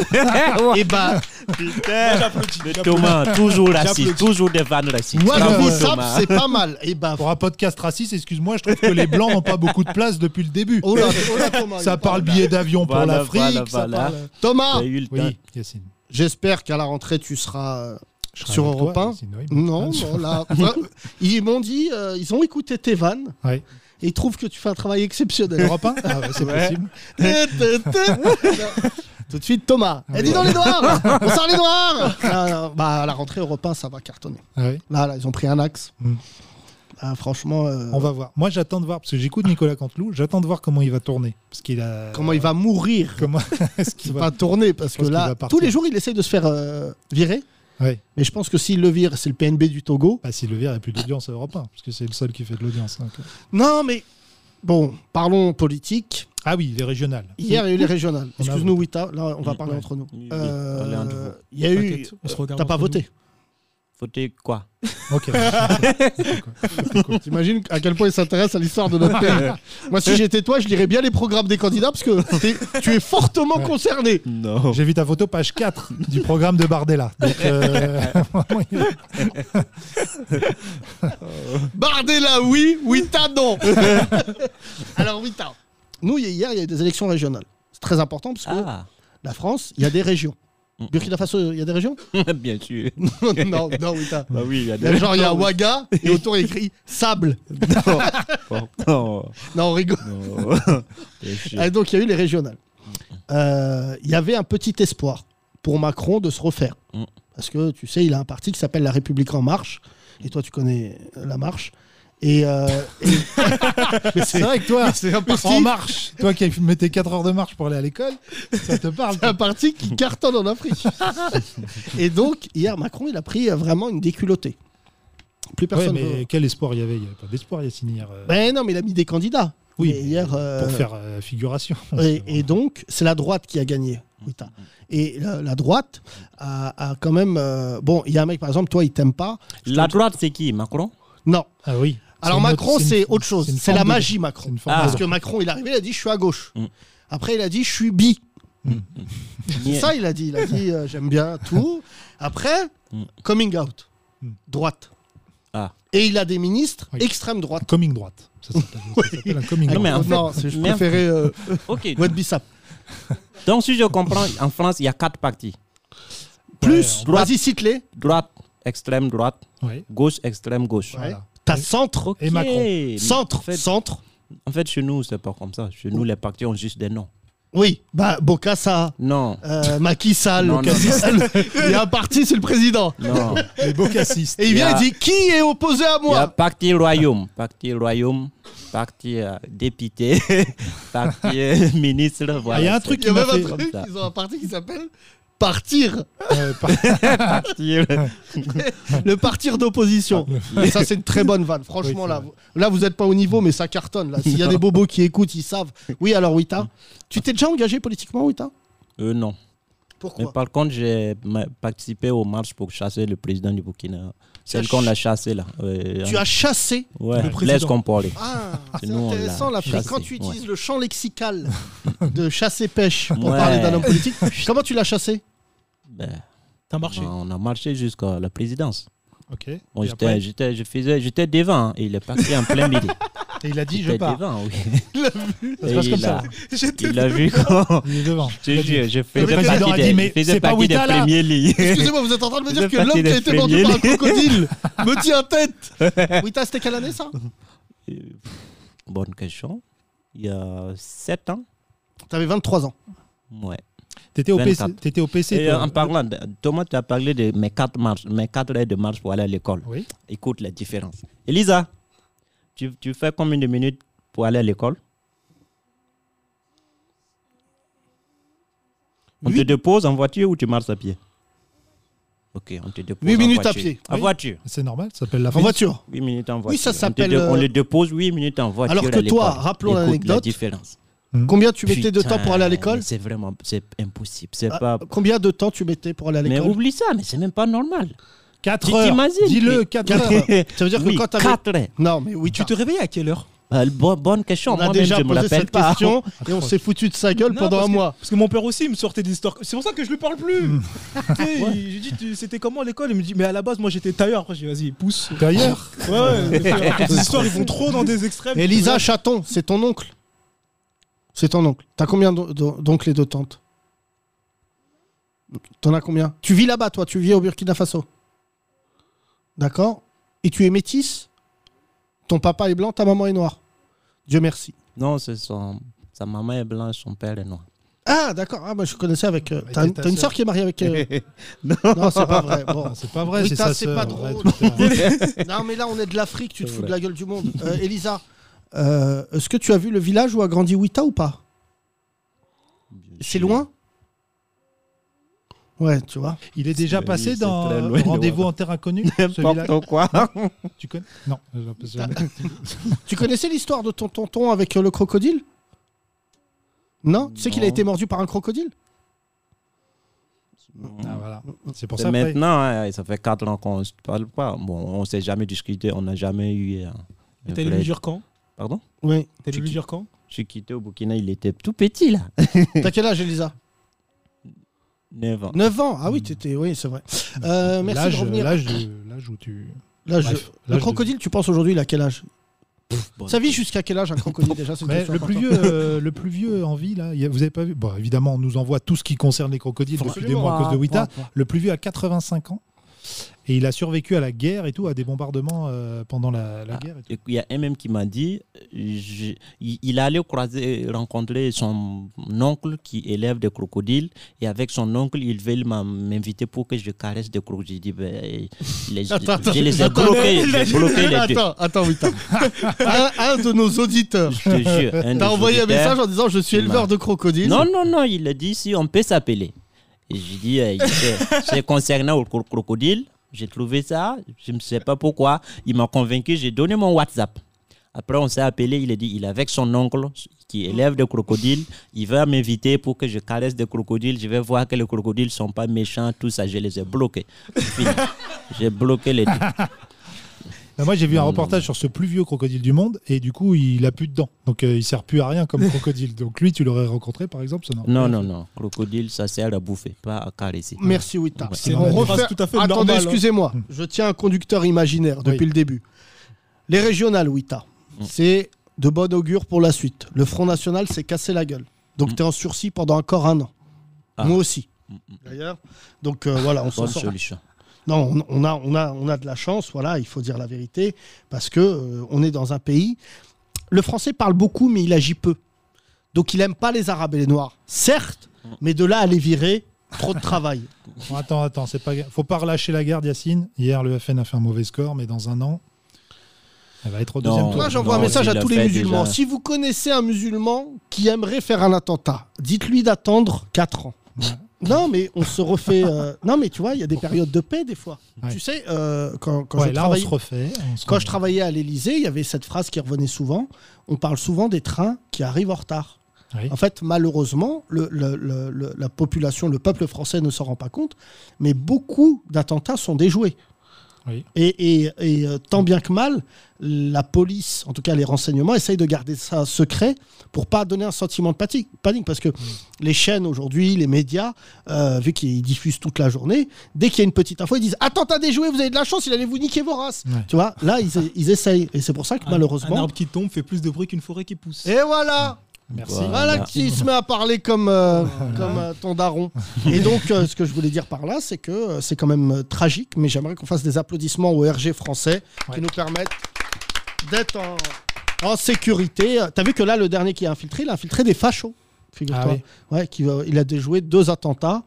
Et bah, Moi, j'applaudis, j'applaudis. Thomas, toujours raciste, J'applaudis. toujours des vannes racistes. What Bravo, Ah, Bissap, Thomas. c'est pas mal. Et bah, Pour un podcast raciste, excuse-moi, je trouve que les blancs n'ont pas beaucoup de place depuis le début. oh là, oh là, Thomas. ça il là. parle billet d'avion pour Voilà, l'Afrique. voilà, ça voilà. parle- Thomas, T'as eu le temps. Oui, Yacine. j'espère qu'à la rentrée, tu seras. euh, Je serai Sur avec toi, Europe 1 Yacine, oui. Non, Ah, sur- non, là. enfin, ils m'ont dit, euh, ils ont écouté tes vannes Ouais. et ils trouvent que tu fais un travail exceptionnel. Europe 1 Ah, ouais, C'est possible. Tout de suite, Thomas. Eh, dis donc les Noirs On sort les Noirs Non, non, Bah, à la rentrée européen, ça va cartonner. Ah ouais. Là, là, ils ont pris un axe. Mm. Ah, franchement, euh, On va voir. Moi, j'attends de voir, parce que j'écoute Nicolas Canteloup, j'attends de voir comment il va tourner. Parce qu'il a. comment il va mourir Comment est-ce qu'il C'est va. pas tourner parce Je que pense qu'il là, va partir. tous les jours, il essaye de se faire euh, virer. Ouais. Mais je pense que s'il le vire, c'est le PNB du Togo. Bah, si le verre a plus d'audience à Europe 1, parce que c'est le seul qui fait de l'audience. hein, quoi. Non, mais bon, parlons politique. Ah oui, les régionales. Hier, il y a eu les régionales. On a- Excuse-nous, Wita, là, on va Mm, parler ouais. entre nous. Oui, oui, Euh, parlez entre vous. Il y a eu. T'inquiète, on se regarde T'as pas entre voté. Faut-il quoi Ok. T'imagines à quel point il s'intéresse à l'histoire de notre pays. Moi, si j'étais toi, je lirais bien les programmes des candidats parce que t'es- tu es fortement concerné. Non. J'ai vu ta photo, page 4 du programme de Bardella. Donc, euh, Bardella, oui, Wita, non. Alors, Wita, nous, hier, il y a eu des élections régionales. C'est très important parce que Ah, la France, il y a des régions. Burkina Faso, il y a des régions bien sûr. Non, non, Wita. Bah oui, il y a Il y a des Genre, il y a Ouaga et autour, il y a écrit sable. Non. Non, on rigole. non. Bien sûr. Ah, donc, il y a eu les régionales. Mm. euh, il y avait un petit espoir pour Macron de se refaire. Mm. Parce que, tu sais, il a un parti qui s'appelle La République En Marche. Et toi, tu connais euh, La Marche. Et, euh, et- Mais c'est vrai que toi, C'est un parti- en marche. Toi qui mettais 4 heures de marche pour aller à l'école, ça te parle. C'est un parti qui cartonne en Afrique. et donc, hier, Macron, il a pris euh, vraiment une déculottée. Plus Ouais, personne. mais veut- quel espoir il y avait Il n'y avait pas d'espoir, Yacine, hier. euh, Ben non, mais il a mis des candidats. oui, Mais hier. euh, pour faire euh, figuration. Et, et donc, c'est la droite qui a gagné. putain. Et la, la droite a, a quand même. euh, bon, il y a un mec, par exemple, toi, il t'aime pas. La droite, c'est qui Macron Non. Ah oui. Alors, C'est une autre- Macron, une- c'est autre chose. une C'est forme la de- magie, Ah, c'est Macron. une forme de- Parce que Macron, il est arrivé, il a dit Je suis à gauche. Mm. Après, il a dit Je suis bi. Yeah. Ça, il a dit. Il a dit euh, J'aime bien tout. Après, Mm. coming out. Mm. Droite. Ah. Et il a des ministres Oui. extrême droite. Coming droite. Ça s'appelle ça s'appelle un coming Ah, Non, mais droite. en fait- non, c'est- je mais en- préférais euh, Ok. Wade Bissap. Donc, si je comprends, en France, il y a quatre partis Plus, on- droite. vas-y, cite-les. droite, extrême droite, Ouais, gauche, extrême gauche. voilà. T'as centre. Ok. Et Macron. Centre. En fait, Centre. en fait, chez nous, c'est pas comme ça. Chez nous, les partis ont juste des noms. Oui, bah Bokassa, Non. euh, Macky Sall, Non, non, Bokassa non. Sall. il y a un parti, c'est le président. Non. Les Bocassistes. Et il Il y vient, a- il dit qui est opposé à Il y a moi parti royaume, parti royaume, parti euh, député, parti euh, ministre. Ah, Voilà, Il y a un c'est truc Il y qui a m'a même un fait. comme truc, ça. ils ont un parti qui s'appelle Partir, euh, par- parti, euh, le partir d'opposition. Et ça, c'est une très bonne vanne. Franchement, Ah, Oui, c'est là, vrai. vous- là, vous n'êtes pas au niveau, mais ça cartonne. Là. S'il y a des bobos qui écoutent, ils savent. Oui, alors, Mm. Wita, tu t'es déjà engagé politiquement, Wita Euh, non. Mais Pourquoi par contre, j'ai ma- participé aux marches pour chasser le président du Burkina. Celle as qu'on ch- a chassée là. Euh, Tu as chassé. ouais, le président. laisse qu'on parle. Ah, c'est nous, on l'a intéressant là, parce que chassé, quand tu utilises ouais. le champ lexical de chasse et pêche pour Ouais. parler d'un homme politique, comment tu l'as chassé Ben, T'as on marché. a- on a marché jusqu'à la présidence. Ok. Bon, et, j'étais, après, j'étais, je faisais, j'étais devant hein, et il est parti en plein midi. et il a dit, je J'étais pars. devant, oui. Ça se Et passe comme il ça. a, il a vu quand. Il est devant. Je te jure, je Le faisais président partie a des, dit, je mais faisais c'est pas partie des Ouïda, là premiers lits. Excusez-moi, vous êtes en train de me dire Vous que êtes l'homme qui a parti été des mordu par un premiers. crocodile me tient tête Oui, t'as, c'était quelle année ça Euh, Bonne question. Il y a 7 ans. T'avais 23 ans. Ouais. T'étais au PC. 24. T'étais au PC. Et euh, toi. en parlant, de, Thomas, tu as parlé de mes 4 marches, mes quatre heures de marche pour aller à l'école. Oui. Écoute la différence. Elisa, tu, tu fais combien de minutes pour aller à l'école On te Huit. dépose en voiture ou tu marches à pied Ok, on te dépose Huit en minutes à voiture. pied. En Oui. voiture. C'est normal. Ça s'appelle la En France. voiture 8 minutes en voiture. ça On te s'appelle, dé- On euh, le dépose 8 minutes en voiture. Alors que à toi, l'école. rappelons Écoute La l'anecdote. différence. Combien tu mettais de temps Putain, pour aller à l'école mais C'est vraiment c'est impossible. C'est Ah, pas. Combien de temps tu mettais pour aller à Mais l'école oublie ça, mais c'est même pas normal. 4 Tu heures. t'imagines Dis-le, mais- 4 Quatre heures. heures. Ça veut dire que Oui, quand t'avais... quatre heures. Non, mais oui, Tu te réveilles à quelle heure Euh, bo- bonne question. On a Moi-même, déjà je me posé l'appelle cette pas. question et on s'est foutu de sa gueule Non, pendant parce un que- mois. Parce que mon père aussi, il me sortait des histoires. C'est pour ça que je lui parle plus. Tu sais, il- J'ai dit, tu- c'était comment à l'école Il me dit, mais à la base, moi j'étais tailleur. Après, j'ai dit, vas-y, pousse. D'ailleurs, Ouais, ouais, mais ces histoires, ils vont trop dans des extrêmes. Elisa Chaton, c'est ton oncle C'est ton oncle. T'as combien d'on- d'on- d'oncles et de tantes T'en as combien Tu vis là-bas, toi, tu vis au Burkina Faso. D'accord Et tu es métisse Ton papa est blanc, ta maman est noire. Dieu merci. Non, c'est son. Sa maman est blanche, son père est noir. Ah, d'accord. Ah, bah, je connaissais avec. euh, Mais T'as t'es t'as ta une sœur. sœur qui est mariée avec. euh, non, c'est pas vrai. Bon. c'est pas vrai. Oh. Oui, C'est ça, sa c'est sœur. pas drôle. Ouais, tout à fait. Non, mais là, on est de l'Afrique, tu te C'est fous de vrai. la gueule du monde. Euh, Elisa, euh, est-ce que tu as vu le village où a grandi Wita ou pas C'est loin Ouais, tu vois. Il est déjà C'est- passé c'est dans très loin de Rendez-vous voir. en terre inconnue. celui-là. N'importe quoi. Tu connais Non. je- Tu connaissais l'histoire de ton tonton avec euh, le crocodile Non Tu sais qu'il a Non. été mordu par un crocodile Ah, voilà. C'est pour C'est ça. après- maintenant, hein, ça fait 4 ans qu'on ne se parle pas. Bon, on ne s'est jamais discuté, on n'a jamais eu. euh, Mais un T'as vrai- les mesures quand Pardon Oui. T'as les mesures quand Je suis quitté au Burkina, il était tout petit là. T'as quel âge, Elisa 9 ans. 9 ans. Ah oui, t'étais. Oui, c'est vrai. Euh, merci de L'âge, revenir. l'âge, de- l'âge où tu. L'âge- bref, le l'âge crocodile, tu penses aujourd'hui, il a quel âge Bon, Ça vit jusqu'à quel âge un crocodile déjà c'est une Mais question le plus importante. vieux, euh, le plus vieux en vie là, il y a- vous avez pas vu Bon, évidemment, on nous envoie tout ce qui concerne les crocodiles depuis des Absolument. mois à cause de Wita. Ouais, ouais. Le plus vieux a 85 ans. Et il a survécu à la guerre et tout, à des bombardements euh, pendant la, Ah. la guerre. et tout. Et Il y a un même qui m'a dit, euh, je- il il allait croiser, rencontrer son oncle qui élève des crocodiles. Et avec son oncle, il veut m'a- m'inviter pour que je caresse des crocodiles. J'ai dit, ben, les- Attends, attends, je les ai attends. bloqués, Il a dit- j'ai bloqué les deux. Attends, attends, oui, attends. un, un de nos auditeurs Je te jure, un t'a des envoyé un auditeurs- message en disant Je suis Il m'a- éleveur de crocodiles. Non, non, non, il a dit si on peut s'appeler. Et je dis, euh, il fait, c'est concernant le cro- crocodile. J'ai trouvé ça, je ne sais pas pourquoi. Il m'a convaincu, j'ai donné mon WhatsApp. Après, on s'est appelé, il a dit, il est avec son oncle qui élève des crocodiles. Il va m'inviter pour que je caresse des crocodiles. Je vais voir que les crocodiles ne sont pas méchants, tout ça. Je les ai bloqués. C'est fini. J'ai bloqué les deux. Non, Bah, moi, j'ai vu un reportage sur ce plus vieux crocodile du monde et du coup, il a plus de dents. Donc, euh, il sert plus à rien comme crocodile. Donc, lui, tu l'aurais rencontré, par exemple, ça Non, non, non. Crocodile, ça sert à bouffer, pas à caresser. Merci, Wita. C'est On une phrase refait- tout à fait Attendez, normale, hein. excusez-moi. Je tiens un conducteur imaginaire depuis Oui. le début. Les régionales, Wita, c'est de bon augure pour la suite. Le Front National s'est cassé la gueule. Donc Mm. tu es en sursis pendant encore un an. Ah. Moi aussi. Mm, D'ailleurs. Donc euh, voilà, on s'en Bonne sort. solution. Non, on, on a, on, a, on a de la chance, voilà, il faut dire la vérité, parce que euh, on est dans un pays. Le français parle beaucoup, mais il agit peu. Donc il aime pas les Arabes et les Noirs, certes, mais de là à les virer, trop de travail. Bon, attends, attends, c'est pas... faut pas relâcher la garde, Yacine. Hier, le FN a fait un mauvais score, mais dans un an, elle va être au Non. deuxième tour. Moi, j'envoie un Non, message il à l'a tous les fait musulmans. déjà. Si vous connaissez un musulman qui aimerait faire un attentat, dites-lui d'attendre 4 ans. Non, mais on se refait. euh, Non, mais tu vois, il y a des périodes de paix des fois. Ouais. Tu sais, euh, quand, quand Ouais, je là, travaillais- on se refait. on se Quand remet. je travaillais à l'Elysée, il y avait cette phrase qui revenait souvent. On parle souvent des trains qui arrivent en retard. Oui. En fait, malheureusement, le- le- le- le- la population, le peuple français ne s'en rend pas compte, mais beaucoup d'attentats sont déjoués. Oui. Et, et- et, euh, tant bien que mal, la police, en tout cas les renseignements, essayent de garder ça secret pour pas donner un sentiment de panique. panique parce que Mm. les chaînes aujourd'hui, les médias, euh, vu qu'ils diffusent toute la journée, dès qu'il y a une petite info, ils disent Attentat déjoué, vous avez de la chance, il allait vous niquer vos races. Ouais. Tu vois, là, ils, ils essayent. Et c'est pour ça que Un- Un malheureusement. arbre qui tombe fait plus de bruit qu'une forêt qui pousse. Et voilà Merci. Voilà. voilà qui se met à parler comme, euh, comme euh, ton daron. Et donc, euh, ce que je voulais dire par là, c'est que euh, c'est quand même euh, tragique, mais j'aimerais qu'on fasse des applaudissements au RG français Ouais. qui nous permettent d'être en, en sécurité. Euh, T'as vu que là, le dernier qui a infiltré, il a infiltré des fachos, figure-toi. Ah ouais, qui, euh, il a déjoué deux attentats.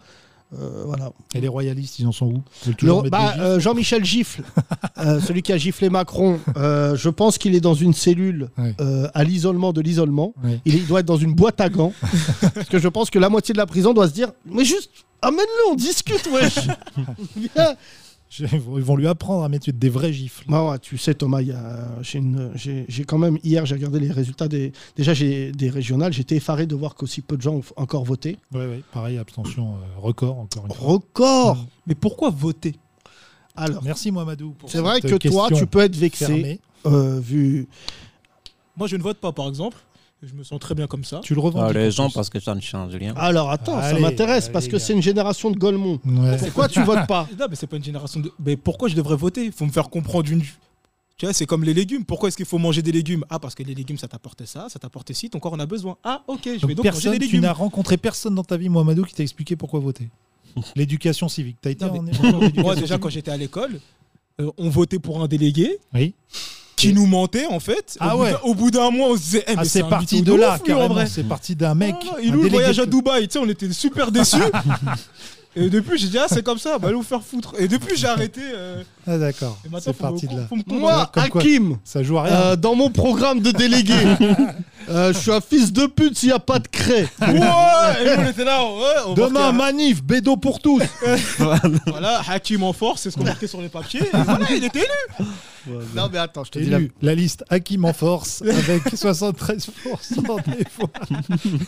Euh, voilà. Et les royalistes, ils en sont où Ils veulent Le- toujours mettre bah, des gifs euh, Jean-Michel Gifle, euh, celui qui a giflé Macron, euh, je pense qu'il est dans une cellule Ouais. euh, à l'isolement de l'isolement. Ouais. Il, est- il doit être dans une boîte à gants. parce que je pense que la moitié de la prison doit se dire Mais juste, amène-le, on discute, wesh Viens. Je- Ils vont ils vont lui apprendre à mettre des vrais gifles. Bah ouais, tu sais, Thomas, il y a- j'ai une- j'ai j'ai quand même, hier, j'ai regardé les résultats des. Déjà, j'ai des régionales. J'étais effaré de voir qu'aussi peu de gens ont f- encore voté. Ouais, ouais, Pareil, abstention euh, record, encore une fois. Record Mmh. Mais pourquoi voter Alors, Merci, Mohamedou. pour c'est vrai cette que toi, question tu peux être vexé, fermée. euh, vu. Moi, je ne vote pas, par exemple. Je me sens très bien comme ça. Tu le T'as revendiques. en raison plus. parce que ça ne change rien. Alors, attends, ça Allez, m'intéresse, allez, parce que gars. c'est une génération de Golemont. Ouais. Pourquoi tu votes pas Non, mais c'est pas une génération de. Mais pourquoi je devrais voter Il faut me faire comprendre une. Tu vois, c'est comme les légumes. Pourquoi est-ce qu'il faut manger des légumes Ah, parce que les légumes, ça t'apportait ça, ça t'apportait ci, ton corps en a besoin. Ah, ok, je vais Donc, donc personne, manger des tu légumes. n'as rencontré personne dans ta vie, Mohamedou, qui t'a expliqué pourquoi voter. L'éducation civique. T'as été Non, en- mais- en éducation Moi, déjà, civique quand j'étais à l'école, euh, on votait pour un délégué Oui. qui nous mentait, en fait. Au Ah bout ouais. d'un- Au bout d'un mois, on se disait, eh, mais Ah, c'est un parti de mytho là, ouf, lui, en carrément. vrai. C'est parti d'un mec. Ah, un il loue le délégué voyage à de- Dubaï, tu sais, on était super déçus. Et depuis, j'ai dit, ah, c'est comme ça, bah, allez vous faire foutre. Et depuis, j'ai arrêté. euh, Ah, d'accord. et maintenant, C'est faut me- parti de là. faut me comprendre. Moi, Comme quoi. Hakim, Ça joue à rien. euh, dans mon programme de délégué, euh, je suis un fils de pute s'il n'y a pas de craie. Ouais, et nous, on était là, ouais, on Demain, marquait- manif, bédo pour tous. Voilà, Hakim en force, c'est ce qu'on marquait sur les papiers. et voilà, il était élu. Non, mais attends, je te dis la Élu. La liste Hakim en force avec 73% des voix.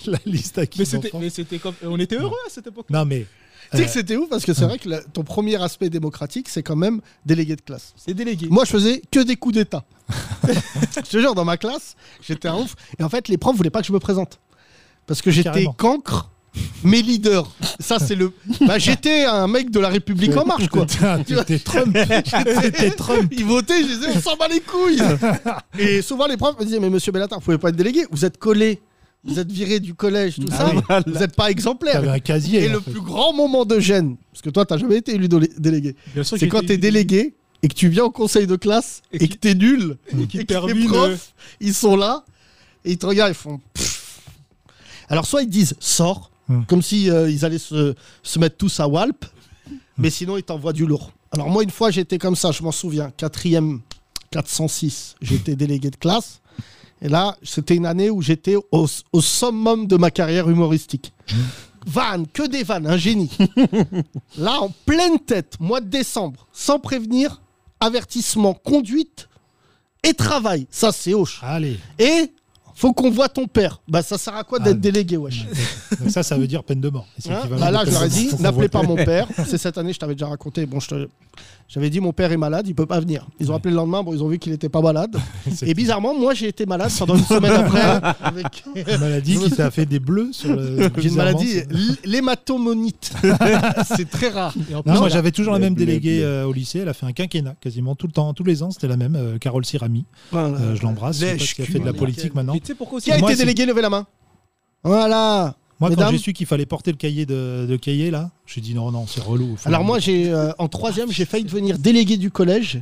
La liste Hakim Mais en c'était, force. mais c'était comme. et On était heureux à cette époque. Non, mais Tu sais que c'était ouf parce que c'est vrai que la- ton premier aspect démocratique, c'est quand même délégué de classe. C'est délégué. Moi, je faisais que des coups d'État. je te jure, dans ma classe, j'étais un ouf. Et en fait, les profs voulaient pas que je me présente. Parce que j'étais Carrément. cancre, mais leader. Ça, c'est le. Bah, j'étais un mec de la République en marche, quoi. Putain, ah, tu t'es Trump. T'étais Trump. Ils votaient, je disais, on s'en bat les couilles. Et souvent, les profs me disaient, mais monsieur Bellatar, vous pouvez pas être délégué, vous êtes collé vous êtes viré du collège, tout Ah ça, oui. vous n'êtes pas exemplaire. T'avais un casier. Et en le fait. plus grand moment de gêne, parce que toi, t'as jamais été élu délé- délégué, Bien sûr que c'est quand j'ai- t'es délégué et que tu viens au conseil de classe Et et, que t'es nul, et qui que les termine, euh. profs, ils sont là, et ils te regardent, ils font. pfff. Alors, soit ils disent sors, Hmm. comme si euh, ils allaient se, se mettre tous à Walp, mais sinon ils t'envoient du lourd. Alors, moi, une fois, j'étais comme ça, je m'en souviens, quatrième 406, j'étais délégué de classe. Et là, c'était une année où j'étais au, au summum de ma carrière humoristique. Vannes, que des vannes, un génie. Là, en pleine tête, mois de décembre, sans prévenir, avertissement, conduite et travail. Ça, c'est hoche. Allez. Et faut qu'on voit ton père. Bah, ça sert à quoi d'être Ah, délégué, wesh Donc ça, ça veut dire peine de mort. Et c'est Hein l'équivalent Bah là, de je leur ai peine de dit, mort. Faut qu'on n'appelez voit pas mon père. C'est cette année, je t'avais déjà raconté. Bon, je te- j'avais dit, mon père est malade, il peut pas venir. Ils ont appelé le lendemain, bon, ils ont vu qu'il était pas malade. C'est- Et bizarrement, moi, j'ai été malade pendant une semaine après. avec- Une maladie qui t'a fait des bleus sur le. J'ai une bizarrement, maladie, c'est- l- l'hématomonite. C'est très rare. Et en plus, Non, moi voilà. j'avais toujours la Les même bleus, déléguée bleus. euh, au lycée, elle a fait un quinquennat quasiment tout le temps, tous les ans c'était la même, euh, Carole Sirami. Ah, Euh, je l'embrasse, je sais pas si elle fait de la Lèche-cul. politique maintenant. Mais tu sais pourquoi aussi Qui a Moi, été c'est- délégué Levez la main. Voilà. Moi quand Mesdames j'ai su qu'il fallait porter le cahier de, de cahier là, j'ai dit non non c'est relou. faut- Alors moi, j'ai euh, en troisième, j'ai failli devenir délégué du collège.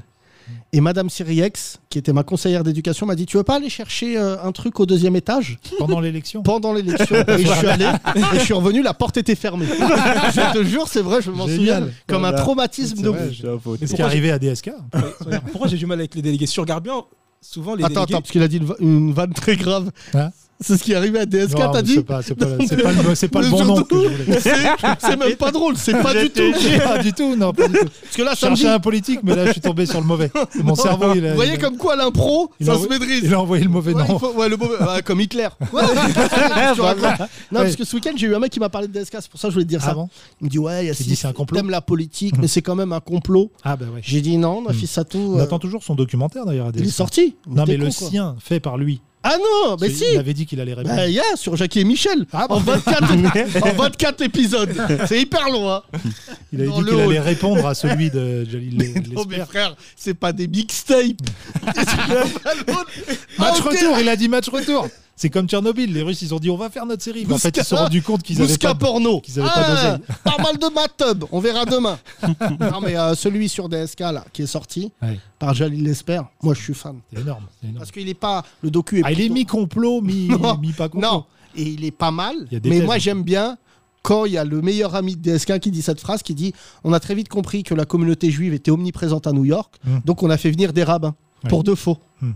Et Madame Siriex, qui était ma conseillère d'éducation, m'a dit Tu veux pas aller chercher euh, un truc au deuxième étage pendant l'élection. pendant l'élection Et je suis allé, et je suis revenu, la porte était fermée. je te jure, c'est vrai, je m'en Génial. souviens. Comme un Voilà. traumatisme de vrai, bout. Mais Ce qui est pourquoi j'ai- arrivé à DSK. Pourquoi j'ai du mal avec les délégués Sur Garbian, souvent les Attends, délégués. attends, parce qu'il a dit une, va- une vanne très grave. Hein c'est ce qui est arrivé à DSK, Non, t'as mais dit C'est pas, c'est pas- c'est pas le, c'est pas le Mais bon nom surtout- que je voulais. C'est même pas drôle, c'est pas du tout. Pas du tout, non, pas du tout. Parce que là, Je ça me dit- cherchais un politique, mais là je suis tombé sur le mauvais. Mon cerveau il a. Vous voyez il a- comme quoi l'impro, il a ça se envoyé- maîtrise. Il a envoyé le mauvais Ouais, il nom. faut- ouais, le beau- ouais, comme Hitler. Ouais, ouais, qu'est-ce que tu racontes Non, parce que ce week-end, j'ai eu un mec qui m'a parlé de DSK, c'est pour ça que je voulais te dire ça. Ah bon Il me dit Ouais, Yassine, dit, c'est un complot Mmh. t'aimes la politique, mais c'est quand même un complot. Ah bah ouais. J'ai dit Non, ma Hmm. fille, ça tout. On euh, attend toujours son documentaire d'ailleurs à Il est DSK. sorti. Non T'es mais le con, quoi. sien fait par lui. Ah non, mais si Il avait dit qu'il allait répondre. Bah, yeah, sur Jackie et Michel. Ah, en, bon. 24, en 24 épisodes. C'est hyper long, hein. Il avait Dans dit le qu'il haut. allait répondre à celui de Jalil Lé- Non, Oh, mais l'Espère. frère, c'est pas des mixtapes. Match Oh, retour, il a dit match retour. C'est comme Tchernobyl, les Russes ils ont dit on va faire notre série. Mais en fait ils se sont Bousca- rendus compte qu'ils avaient Bousca pas. de- porno. qu'ils avaient pas Ah, d'oseille. pas mal de bathtub. On verra demain. non, mais euh, celui sur DSK, là, qui est sorti Ouais. par Jalil Lesper, moi, je suis fan. C'est énorme. c'est énorme. Parce qu'il est pas. Le docu est. Ah, il est plutôt- mi-complot, mi- Non, mi-pas complot. Non, et il est pas mal. Il y a des Mais thèses. moi, j'aime bien quand il y a le meilleur ami de DSK qui dit cette phrase qui dit On a très vite compris que la communauté juive était omniprésente à New York, Mm. donc on a fait venir des rabbins. Ouais. Pour de faux. Mm.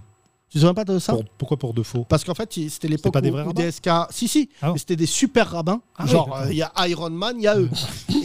Tu te souviens pas de ça Pour- pourquoi pour de faux Parce qu'en fait, il- c'était l'époque pas où, des vrais où rabbins DSK. Si, si, Ah bon mais c'était des super rabbins. Ah oui, genre, d'accord. euh, il y a Iron Man, il y a eux.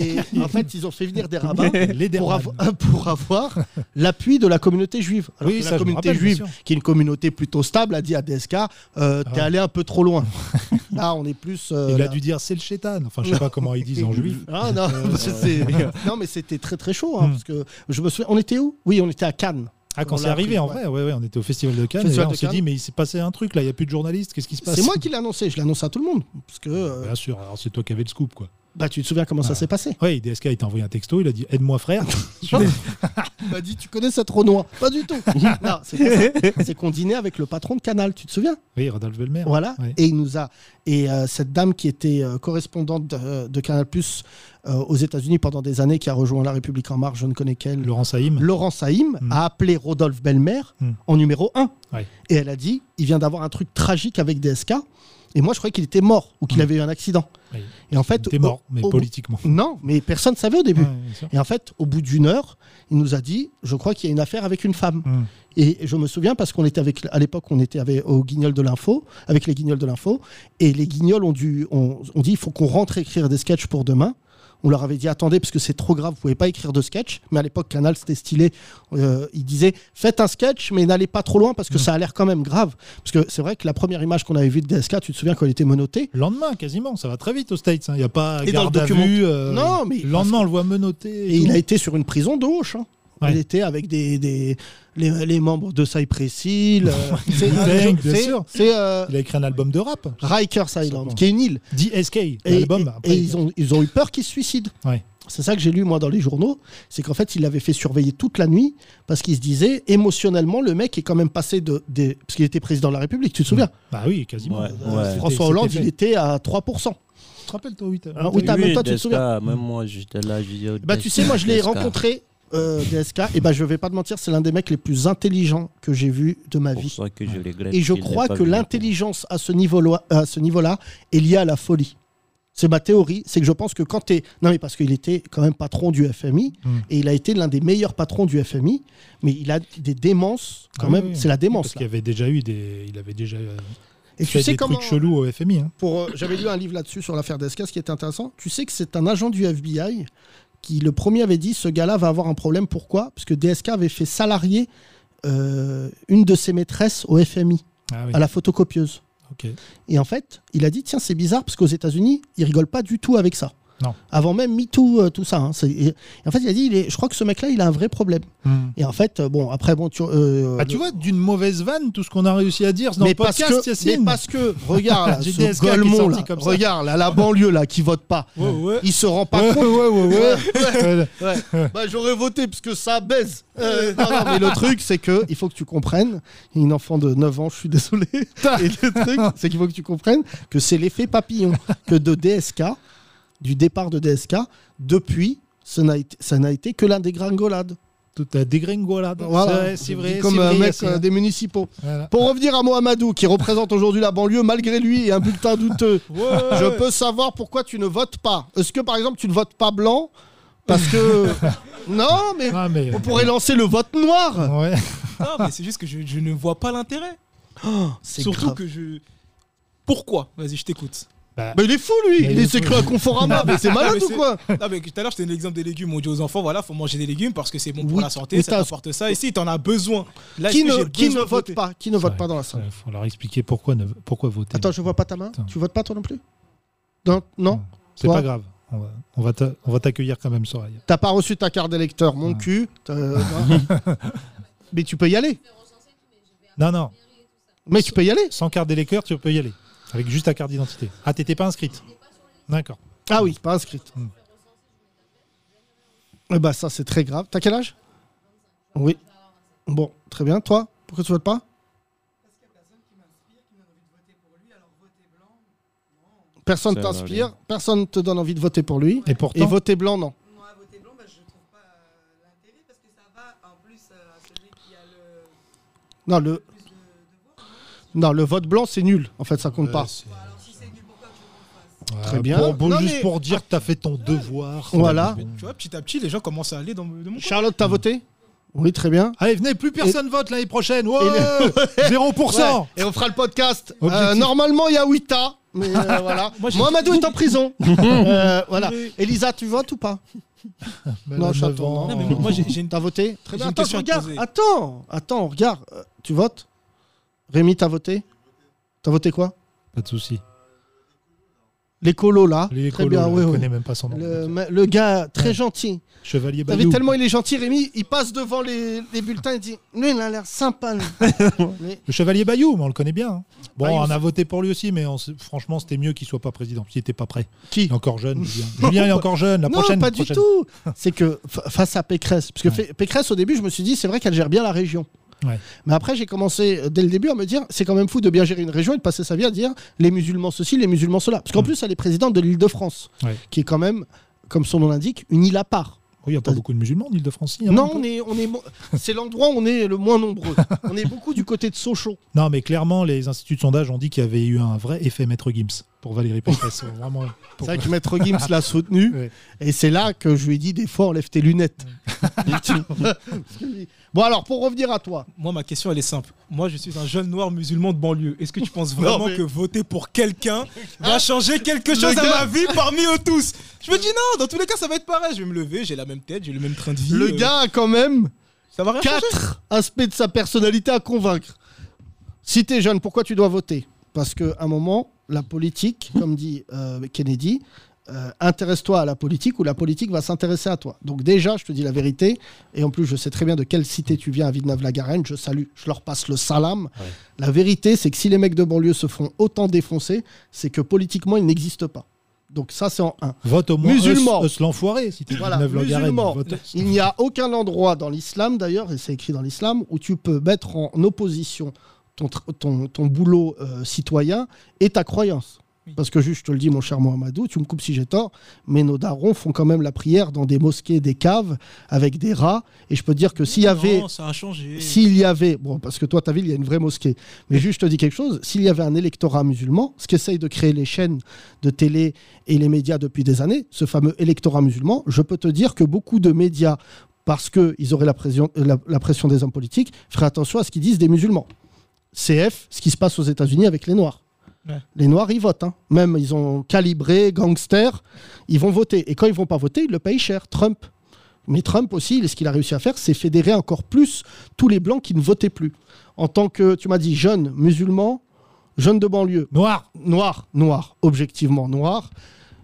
et en fait, ils ont fait venir des rabbins Les pour, derniers. avo- pour avoir l'appui de la communauté juive. Alors Oui, que ça, la je me communauté rappelle, bien juive, sûr. qui est une communauté plutôt stable, a dit à DSK euh, T'es Ah. allé un peu trop loin. Là, on est plus. euh, Il a là- dû dire c'est le chétan. Enfin, je sais pas comment ils disent en juif. Ah, non, parce que c'est- non, mais c'était très très chaud. hein, Euh, Hmm. parce que je me souviens, on était où Oui, on était à Cannes. Ah, On quand c'est l'a arrivé, en appris, vrai, ouais, ouais, on était au Festival de Cannes. Festival et là, on de s'est Cannes. dit, mais il s'est passé un truc là, il n'y a plus de journalistes, qu'est-ce qui se passe C'est moi qui l'ai annoncé, je l'annonce à tout le monde. Parce que euh, Bien sûr, alors c'est toi qui avais le scoop, quoi. bah, tu te souviens comment ça s'est passé Ouais, DSK, il t'a envoyé un texto, il a dit aide-moi, frère. Il m'a dit Tu connais cette Renoir Pas du tout. non, c'est pas ça. C'est qu'on dînait avec le patron de Canal, tu te souviens Oui, Rodolphe Belmer. Voilà. Ouais. Et il nous a. Et euh, cette dame qui était euh, correspondante de, de Canal Plus euh, aux États-Unis pendant des années, qui a rejoint La République En Marche, je ne connais qu'elle, Laurent Saïm. Laurent Saïm, Mm. a appelé Rodolphe Belmer Mm. en numéro 1. Ouais. Et elle a dit il vient d'avoir un truc tragique avec DSK. Et moi, je croyais qu'il était mort ou qu'il Mm. avait eu un accident. Oui. Et en fait. T'es au- mort, mais au- politiquement. Non, mais personne ne savait au début. Ouais, bien sûr. Et en fait, au bout d'une heure, il nous a dit Je crois qu'il y a une affaire avec une femme. Mm. Et je me souviens parce qu'on était avec, à l'époque, on était avec, au Guignol de l'Info, avec les Guignols de l'Info, et les Guignols ont dû, on, on dit, il faut qu'on rentre écrire des sketchs pour demain. On leur avait dit, attendez, parce que c'est trop grave, vous pouvez pas écrire de sketch. Mais à l'époque, Canal, c'était stylé. Euh, ils disaient, faites un sketch, mais n'allez pas trop loin parce que ça a l'air quand même grave. Parce que c'est vrai que la première image qu'on avait vue de DSK, tu te souviens quand il était menotté Le lendemain, quasiment, ça va très vite aux States. hein. Il n'y a pas Et dans garde le à document- vue. euh, Non, mais- Le lendemain, on le voit menotté. Et il tout. a été sur une prison de Hoche. hein. Ouais. Il était avec des, des- les, les membres de Cypress Hill. euh, c'est- Wu-Tang, bien c'est- sûr. c'est euh, Il a écrit un album de rap. Rikers Island, qui est une île. DSK, Et, l'album. et- après, et ils, ont, ils ont eu peur qu'ils se suicident. Ouais. C'est ça que j'ai lu moi dans les journaux, c'est qu'en fait il l'avait fait surveiller toute la nuit parce qu'il se disait émotionnellement le mec est quand même passé de des parce qu'il était président de la République, tu te souviens Bah oui, quasiment. Ouais, Euh, ouais. c'était- François Hollande c'était il fait. était à 3%. Tu te rappelles, toi, 8 Hein, oui, t'as- même toi, tu te Desca, souviens. Même moi, j'étais là, je disais, Bah tu sais moi je l'ai Desca. rencontré euh, DSK et bah je vais pas te mentir c'est l'un des mecs les plus intelligents que j'ai vu de ma Pour vie. ça que je regrette Et je qu'il n'ait crois pas que venu. l'intelligence à ce niveau-là à ce niveau-là est liée à la folie. C'est ma théorie, c'est que je pense que quand t'es non mais parce qu'il était quand même patron du FMI Mm. et il a été l'un des meilleurs patrons du FMI, mais il a des démences quand Ah même, oui, oui. c'est la démence Parce là. qu'il y avait déjà eu des. Il avait déjà. euh, Et fait tu sais des comment trucs chelous au FMI. hein. pour euh, j'avais lu un livre là-dessus sur l'affaire Descas qui était intéressant. Tu sais que c'est un agent du FBI qui le premier avait dit ce gars-là va avoir un problème. Pourquoi Parce que DSK avait fait salarier euh, une de ses maîtresses au FMI Ah oui. à la photocopieuse. ok. Et en fait, il a dit tiens, c'est bizarre parce qu'aux États-Unis, ils rigolent pas du tout avec ça. Non. Avant même MeToo, euh, tout ça. hein. C'est- et- et en fait, il a dit il est- je crois que ce mec-là, il a un vrai problème. Et en fait, euh, bon, après, bon, tu, euh, Ah, tu le- vois, d'une mauvaise vanne, tout ce qu'on a réussi à dire dans mais le parce, podcast, que, Yacine. mais parce que, regarde, là, J'ai ce DSK qui est Golemont, sorti là, comme ça. regarde, là, la banlieue, là, qui vote pas, Ouais, ouais. il se rend pas compte. ouais, ouais, ouais. Euh, Ouais. Bah, j'aurais voté parce que ça baise. Euh, non, non, mais le truc, c'est que il faut que tu comprennes. Une enfant de 9 ans, je suis désolé. Et le truc, c'est qu'il faut que tu comprennes que c'est l'effet papillon. Que de DSK, du départ de DSK, depuis, ça n'a été, ça n'a été que l'un des gringolades. Tout à dégringolade. Voilà. C'est- C'est vrai. Comme c'est un vrai, mec Yacine. euh, des municipaux. Voilà. Pour revenir à Mohamedou, qui représente aujourd'hui la banlieue, malgré lui, et un bulletin douteux. Je peux savoir pourquoi tu ne votes pas. Est-ce que, par exemple, tu ne votes pas blanc Parce que. non, mais Ah, mais. on pourrait lancer le vote noir. Ouais. Non, mais c'est juste que je, je ne vois pas l'intérêt. C'est Surtout grave. que je. Pourquoi Vas-y, je t'écoute. Mais il est fou lui, Mais il, il est s'est fou. cru à Conforama, mais c'est Non, malade mais ou c'est- quoi Non, mais tout à l'heure, je t'ai donné l'exemple des légumes. On dit aux enfants, voilà, faut manger des légumes parce que c'est bon pour Oui, la santé, oui, ça t'as- t'apporte ça. Et si t'en as besoin, là, Qui est-ce que ne, j'ai qui besoin ne de vote voter pas Qui ne vote C'est pas dans la Il salle faut leur expliquer pourquoi, ne... pourquoi voter. Attends, je vois pas ta main. Attends. Tu votes pas toi non plus Non, Non. non. C'est toi. pas grave. On va, on va te- on va t'accueillir quand même, Soraya. T'as pas reçu ta carte d'électeur, mon Ouais. cul. t'as- non. mais tu peux y aller. Non, non. Mais tu peux y aller. Sans carte d'électeur, tu peux y aller. Avec juste ta carte d'identité. Ah, t'étais pas inscrite. D'accord. Ah oui, pas inscrite. Hmm. Eh bah ça c'est très grave. T'as quel âge Oui. Bon, très bien. Toi, pourquoi tu votes pas Personne Ça va t'inspire, personne te donne envie de voter pour lui. Et Et pourtant, voter blanc, non. Moi, à voter blanc, ben, je trouve pas euh, l'intérêt parce que ça va en plus euh, à celui qui a le Non, le, plus de, de voix. non, le vote blanc, c'est nul. En fait, ça Euh, compte Euh, pas. Alors, si c'est du pourquoi que je le refasse Ouais, très bien. pour- Non, juste mais- pour dire que t'as fait ton devoir. Voilà. Bon. Tu vois, petit à petit, les gens commencent à aller dans, dans mon Charlotte, t'as voté Oui, très bien. Allez, venez, plus personne vote l'année prochaine. Ouais, 0%. Ouais, Et on fera le podcast. Euh, Objectif. Euh, normalement, il y a 8 tas. Mais euh, voilà. Mohamedou est en prison. Euh, voilà. Elisa, tu votes ou pas Mais Non, là, je suis neuf attendant. ans. Non, mais moi, moi, j'ai j'ai une. T'as voté Très J'ai bien. une Attends, question à te regarde. poser. Attends, attends, regarde. Euh, Tu votes Rémi, t'as voté T'as voté quoi Pas de souci. Les colos, là. Les très écolos, bien, là, oui, je oui. connais même pas Bah, son nom. Le, ma- le gars, très gentil. Chevalier T'as vu Badou. tellement il est gentil, Rémi, il passe devant les, les bulletins et dit Lui, il a l'air sympa. lui. Mais- Le Chevalier Bayou, mais on le connaît bien. hein. Bon, Bayou, on a voté pour lui aussi, mais on s- franchement, c'était mieux qu'il soit pas président. Il était pas prêt. Qui Il est encore jeune, Julien. Julien, il est encore jeune. La non, prochaine. pas la du prochaine. tout. C'est que fa- face à Pécresse, parce que Ouais. Fé- Pécresse au début, je me suis dit c'est vrai qu'elle gère bien la région. Ouais. Mais après, j'ai commencé euh, dès le début à me dire c'est quand même fou de bien gérer une région et de passer sa vie à dire les musulmans ceci, les musulmans cela. Parce qu'en Mm. plus, elle est présidente de l'Île-de-France, Ouais. qui est quand même, comme son nom l'indique, une île à part. Oui, il n'y a pas beaucoup de musulmans en Ile-de-France. il y en a un Non, peu. on est, on est, mo- c'est l'endroit où on est le moins nombreux. on est beaucoup du côté de Sochaux. Non, mais clairement, les instituts de sondage ont dit qu'il y avait eu un vrai effet Maître Gims pour Valérie Pécresse. Vraiment. C'est pour- vrai que Maître Gims l'a soutenu. Ouais. Et c'est là que je lui ai dit des fois, enlève tes lunettes. Mm. bon, alors, pour revenir à toi. Moi, ma question, elle est simple. Moi, je suis un jeune noir musulman de banlieue. Est-ce que tu penses vraiment mais- Ah. que voter pour quelqu'un va changer quelque chose gars- à ma vie parmi eux tous Je me dis non, dans tous les cas, ça va être pareil. Je vais me lever, j'ai la même tête, j'ai le même train de vie. Le euh, gars a quand même ça va rien changer. quatre aspects de sa personnalité à convaincre. Si t'es jeune, pourquoi tu dois voter Parce qu'à un moment, la politique, comme dit euh, Kennedy, euh, intéresse-toi à la politique ou la politique va s'intéresser à toi. Donc déjà, je te dis la vérité, et en plus je sais très bien de quelle cité tu viens à Villeneuve-la-Garenne, je salue, je leur passe le salam. La vérité, c'est que si les mecs de banlieue se font autant défoncer, c'est que politiquement, ils n'existent pas. Donc ça, c'est en 1. Vote au moins Musulmans. Eus- Eus l'enfoiré, si tu Voilà, veux musulmans. Il n'y a aucun endroit dans l'islam, d'ailleurs, et c'est écrit dans l'islam, où tu peux mettre en opposition ton, tr- ton, ton boulot euh, citoyen et ta croyance. Parce que juste, je te le dis, mon cher Mohamedou, tu me coupes si j'ai tort, mais nos darons font quand même la prière dans des mosquées, des caves, avec des rats. Et je peux te dire que s'il y avait Non, ça a changé. s'il y avait, bon, parce que toi, ta ville, il y a une vraie mosquée, mais juste, je te dis quelque chose, s'il y avait un électorat musulman, ce qu'essayent de créer les chaînes de télé et les médias depuis des années, ce fameux électorat musulman, je peux te dire que beaucoup de médias, parce qu'ils auraient la pression, euh, la- la pression des hommes politiques, feraient attention à ce qu'ils disent des musulmans. CF, ce qui se passe aux États-Unis avec les Noirs. Ouais. Les Noirs, ils votent. hein. Même, ils ont calibré, gangster, ils vont voter. Et quand ils vont pas voter, ils le payent cher. Trump. Mais Trump aussi, ce qu'il a réussi à faire, c'est fédérer encore plus tous les blancs qui ne votaient plus. En tant que, tu m'as dit, jeune musulman, jeune de banlieue, Noir. noir, noir, objectivement noir.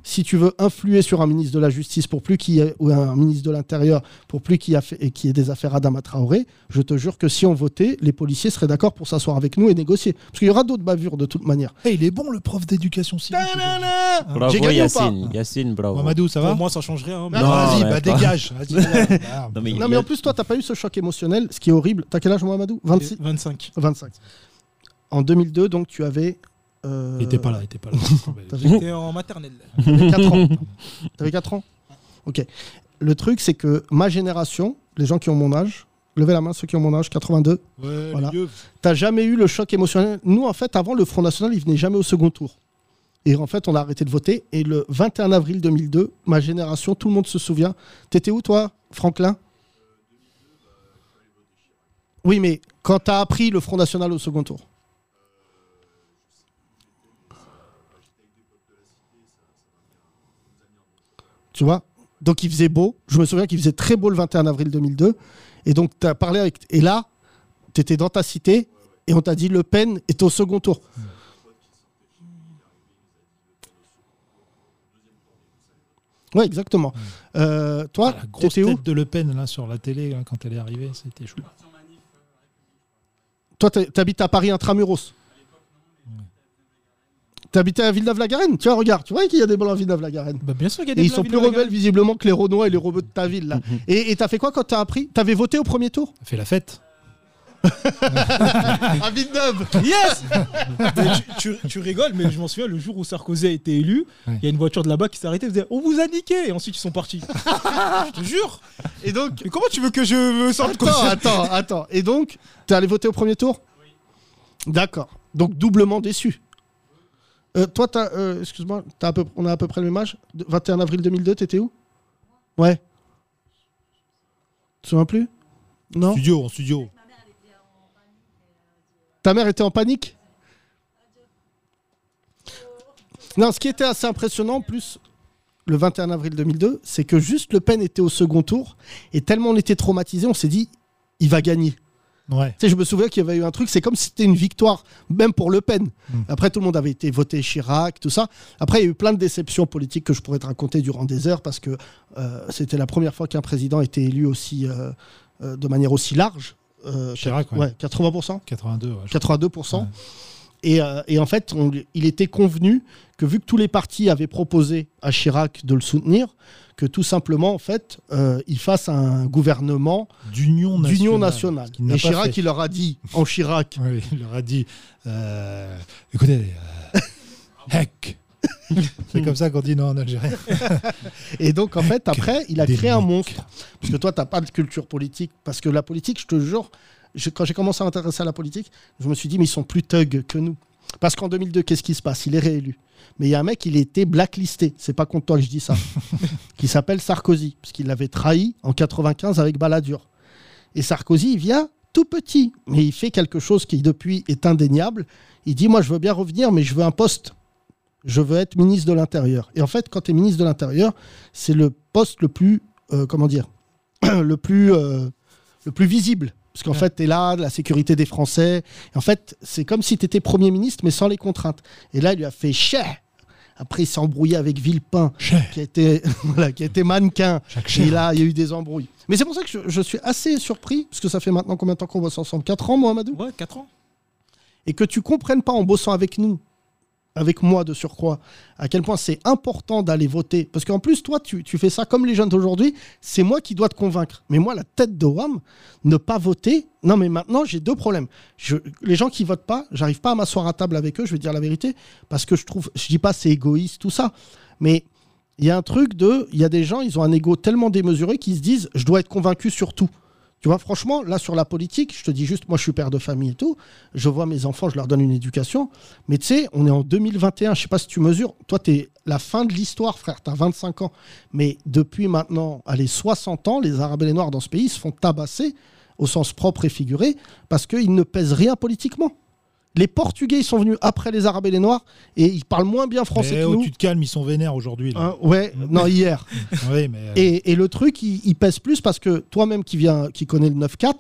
Si tu veux influer sur un ministre de la Justice pour plus qu'il y ait, ou un ministre de l'Intérieur pour plus qu'il y, a fait- et qu'il y ait des affaires Adama Traoré, je te jure que si on votait, les policiers seraient d'accord pour s'asseoir avec nous et négocier. Parce qu'il y aura d'autres bavures de toute manière. Eh, il est bon, le prof d'éducation civique. Hein, J'ai Bravo gagné ou pas Yacine, Yacine, bravo. Mamadou, ça va Pour moi, ça change rien. hein, mais- Ah, Non, Vas-y, mais bah toi- dégage. Vas-y, voilà. Ah, Non, mais- Non mais en plus, toi, t'as pas eu ce choc émotionnel, ce qui est horrible. T'as quel âge, Mohamedou 26 25. 25. En 2002, donc, tu avais... euh, Il était pas là, il était pas là. t'avais J'étais en maternelle. 4 ans. T'avais 4 ans Ok. Le truc, c'est que ma génération, les gens qui ont mon âge, levez la main ceux qui ont mon âge, 82, Ouais, Voilà. les gueux. t'as jamais eu le choc émotionnel. Nous, en fait, avant, le Front National, il venait jamais au second tour. Et en fait, on a arrêté de voter. Et le 21 avril 2002, ma génération, tout le monde se souvient. T'étais où, toi, Franklin Oui, mais quand t'as appris le Front National au second tour Tu vois Donc il faisait beau. Je me souviens qu'il faisait très beau le 21 avril 2002. Et donc tu as parlé avec. Et là, tu étais dans ta cité et on t'a dit Le Pen est au second tour. Ouais, exactement. Euh, toi, Ah, La grosse t'étais où tête de Le Pen là sur la télé hein, quand elle est arrivée, c'était chaud. Toi, t'es- t'habites à Paris intramuros. T'habitais à Villeneuve-la-Garenne Tiens, regarde, tu vois qu'il y a des blancs à Villeneuve-la-Garenne. Bah, bien sûr qu'il y a Et des ils plats sont plus Villeneuve-la-Garenne. rebelles visiblement que les Renois et les robots de ta ville. Là. Mhm. Et et t'as fait quoi quand t'as appris T'avais voté au premier tour Elle fait la fête. Ah. À Villeneuve Yes Mais tu, tu- tu rigoles, mais je m'en souviens, le jour où Sarkozy a été élu, il Ouais. y a une voiture de là-bas qui s'est arrêtée et faisait On vous a niqué Et ensuite, ils sont partis. je te jure Et donc, Mais comment tu veux que je me attends, sorte attends, attends. Et donc, t'es allé voter au premier tour Oui. D'accord. Donc, doublement déçu. Euh, toi, t'as, euh, excuse-moi, t'as à peu- on a à peu près le même âge. De- 21 avril 2002, t'étais où Ouais. Tu te souviens plus Non Studio, en studio. Ta mère était en panique Non, ce qui était assez impressionnant, en plus, le 21 avril 2002, c'est que juste Le Pen était au second tour, et tellement on était traumatisés, on s'est dit, il va gagner. Ouais. Tu sais, je me souviens qu'il y avait eu un truc, c'est comme si c'était une victoire, même pour Le Pen. Mm. Après, tout le monde avait été voté Chirac, tout ça. Après, il y a eu plein de déceptions politiques que je pourrais te raconter durant des heures parce que euh, c'était la première fois qu'un président était élu aussi euh, euh, de manière aussi large. Euh, Chirac, ouais. ouais, 80%. 82. ouais, je 82%. Ouais. Et, euh, et en fait, on- il était convenu que vu que tous les partis avaient proposé à Chirac de le soutenir, que tout simplement, en fait, euh, il fasse un gouvernement crois. D'union nationale. d'union nationale. ce qu'il Et n'a pas Chirac, fait. il leur a dit, en Chirac, Ouais, il leur a dit euh, écoutez, euh, heck. C'est comme ça qu'on dit non en Algérie. Et donc, en fait, après, il a Des créé un mecs. monstre. Parce que toi, t'as pas de culture politique. Parce que la politique, je te jure, je- quand j'ai commencé à m'intéresser à la politique, je me suis dit, mais ils sont plus thugs que nous. Parce qu'en 2002, qu'est-ce qui se passe Il est réélu. Mais il y a un mec, il était blacklisté. C'est pas contre toi que je dis ça. qui s'appelle Sarkozy. Parce qu'il l'avait trahi en 95 avec Balladur. Et Sarkozy, il vient tout petit. Mais il fait quelque chose qui, depuis, est indéniable. Il dit, moi, je veux bien revenir, mais je veux un poste. Je veux être ministre de l'Intérieur. Et en fait, quand tu es ministre de l'Intérieur, c'est le poste le plus, euh, comment dire, le plus, euh, le plus visible. Parce qu'en Ouais. fait, tu es là, la sécurité des Français. Et en fait, c'est comme si tu étais Premier ministre, mais sans les contraintes. Et là, il lui a fait cher. Après, il s'est embrouillé avec Villepin, Cher. qui a été, voilà, qui a été mannequin. Jacques Et Chirac. là, il y a eu des embrouilles. Mais c'est pour ça que je, je suis assez surpris, parce que ça fait maintenant combien de temps qu'on bosse ensemble 4 ans, Mohamedou Ouais, 4 ans. Et que tu comprennes pas en bossant avec nous avec moi de surcroît à quel point c'est important d'aller voter. Parce qu'en plus, toi, tu, tu fais ça comme les jeunes d'aujourd'hui, c'est moi qui dois te convaincre. Mais moi, la tête de Wam, ne pas voter. Non, mais maintenant, j'ai deux problèmes. Je- les gens qui votent pas, j'arrive pas à m'asseoir à table avec eux, je vais dire la vérité, parce que je trouve, je dis pas c'est égoïste, tout ça. Mais il y a un truc de, il y a des gens, ils ont un ego tellement démesuré qu'ils se disent, je dois être convaincu sur tout. Tu vois, franchement, là, sur la politique, je te dis juste, moi, je suis père de famille et tout. Je vois mes enfants, je leur donne une éducation. Mais tu sais, on est en 2021. Je sais pas si tu mesures. Toi, tu es la fin de l'histoire, frère. Tu as 25 ans. Mais depuis maintenant, allez, 60 ans, les Arabes et les Noirs dans ce pays se font tabasser, au sens propre et figuré, parce qu'ils ne pèsent rien politiquement. Les Portugais, ils sont venus après les Arabes et les Noirs et ils parlent moins bien français Eh que oh, nous. tu te calmes, ils sont vénères aujourd'hui. là. Hein, ouais, non, hier. Oui, mais euh, Et, et le truc, il, il pèse plus parce que toi-même qui, viens- qui connais le 9-4,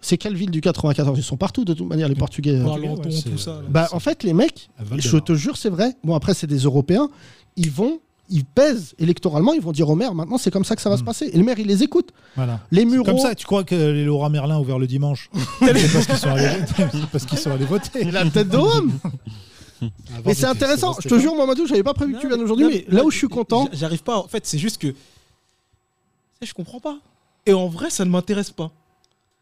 c'est quelle ville du 94 Ils sont partout, de toute manière, les Portugais. euh. Valenton, ouais, c'est- tout ça. là. Bah, en fait, les mecs, à Val je d'Or. te jure, c'est vrai. Bon, après, c'est des Européens. Ils vont, ils pèsent électoralement. Ils vont dire au maire, maintenant, c'est comme ça que ça va se passer. Et le maire, il les écoute. Voilà. Les Mm. C'est mureaux. Comme ça, tu crois que les Laura Merlin ont ouvert le dimanche C'est parce qu'ils sont allés voter. C'est parce qu'ils sont allés voter. La tête de homme. Mais Avant, c'était- c'est intéressant. Je c'était te pas- jure, Mamadou, j'avais pas prévu que tu viennes aujourd'hui, Non, mais là où je suis content, J'arrive pas. En fait, c'est juste que. Ça, Je comprends pas. Et en vrai, ça ne m'intéresse pas.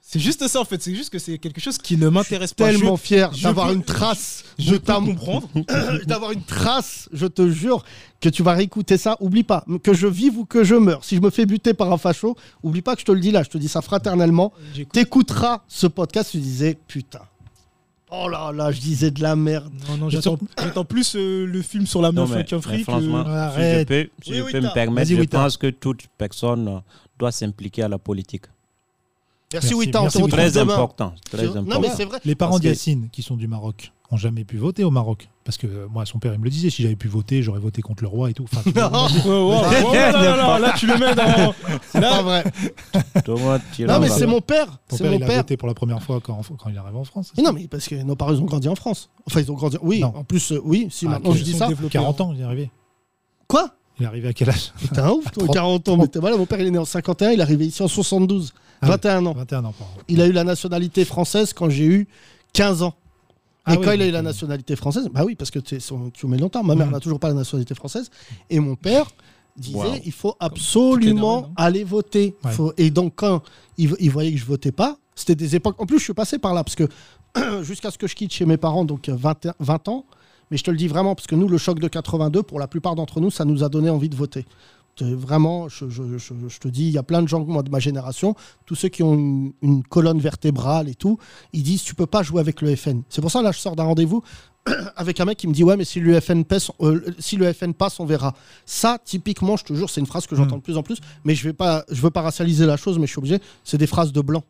C'est juste ça, en fait. C'est juste que c'est quelque chose qui ne m'intéresse pas. Je- tellement fier je d'avoir peux- une trace. Je de peux ta- comprendre. d'avoir une trace, je te jure, que tu vas réécouter ça. Oublie pas, que je vive ou que je meure, si je me fais buter par un facho, oublie pas que je te le dis là, je te dis ça fraternellement. J'écoute. T'écouteras ce podcast, tu disais putain. Oh là là, je disais de la merde. Non, non, j'attends j'attends plus euh, le film sur la Non, meuf mais, avec un mais fric. euh, franchement, que- si je Arrête. peux, si euh, Oui, je oui, peux t'as- me permettre, Vas-y, je oui, t'as- pense que toute personne euh, doit s'impliquer à la politique. Merci, Merci, Wita, on merci, se retrouve Très demain. important. Très Non important. mais c'est vrai. Les parents Parce que- d'Yacine, qui sont du Maroc, ont jamais pu voter au Maroc. Parce que euh, moi, son père, il me le disait si j'avais pu voter, j'aurais voté contre le roi et tout. Enfin, tu vois, Non, Ouais, ouais, ouais, ouais, ouais, oh, là, là, là, tu le mets dans. c'est pas vrai. Tout le monde tire Non mais en c'est bas. mon père. Ton C'est père, mon il a père. Ah, voté pour la première fois quand, quand il arrive en France. Mais non mais parce que nos parents ils ont grandi en France. Enfin ils ont grandi. Oui. Non. En plus euh, oui. Si Ah, maintenant ok. je Ils dis sont ça. développés. 40 ans, il est arrivé. Quoi Il est arrivé à quel âge T'es un ouf, toi, 40 ans. Mais t'es malade, mon père, il est né en 51, il est arrivé ici en 72. Ah oui. 21 ans. 21 ans, pardon. Il a eu la nationalité française quand j'ai eu 15 ans. Et Ah quand oui, il a eu donc, la euh, nationalité française, bah oui, parce que t'es son- tu mets longtemps. Ma mère n'a toujours pas la nationalité française. Et mon père disait, Wow. il faut Toutes les hein. normes, absolument non aller voter. Ouais. Faut- Et donc, quand il, il voyait que je votais pas, c'était des époques. En plus, je suis passé par là, parce que jusqu'à ce que je quitte chez mes parents, donc euh, 20, et- 20 ans. Mais je te le dis vraiment, parce que nous, le choc de 82, pour la plupart d'entre nous, ça nous a donné envie de voter. Te- Vraiment, je, je- je- je te dis, il y a plein de gens moi, de ma génération, tous ceux qui ont une, une colonne vertébrale et tout, ils disent tu peux pas jouer avec le FN. C'est pour ça là je sors d'un rendez-vous avec un mec qui me dit ouais mais si le FN passe, euh, si le FN passe on verra. Ça typiquement je te jure c'est une phrase que j'entends de plus en plus, mais je vais pas, je veux pas racialiser la chose mais je suis obligé. C'est des phrases de blancs.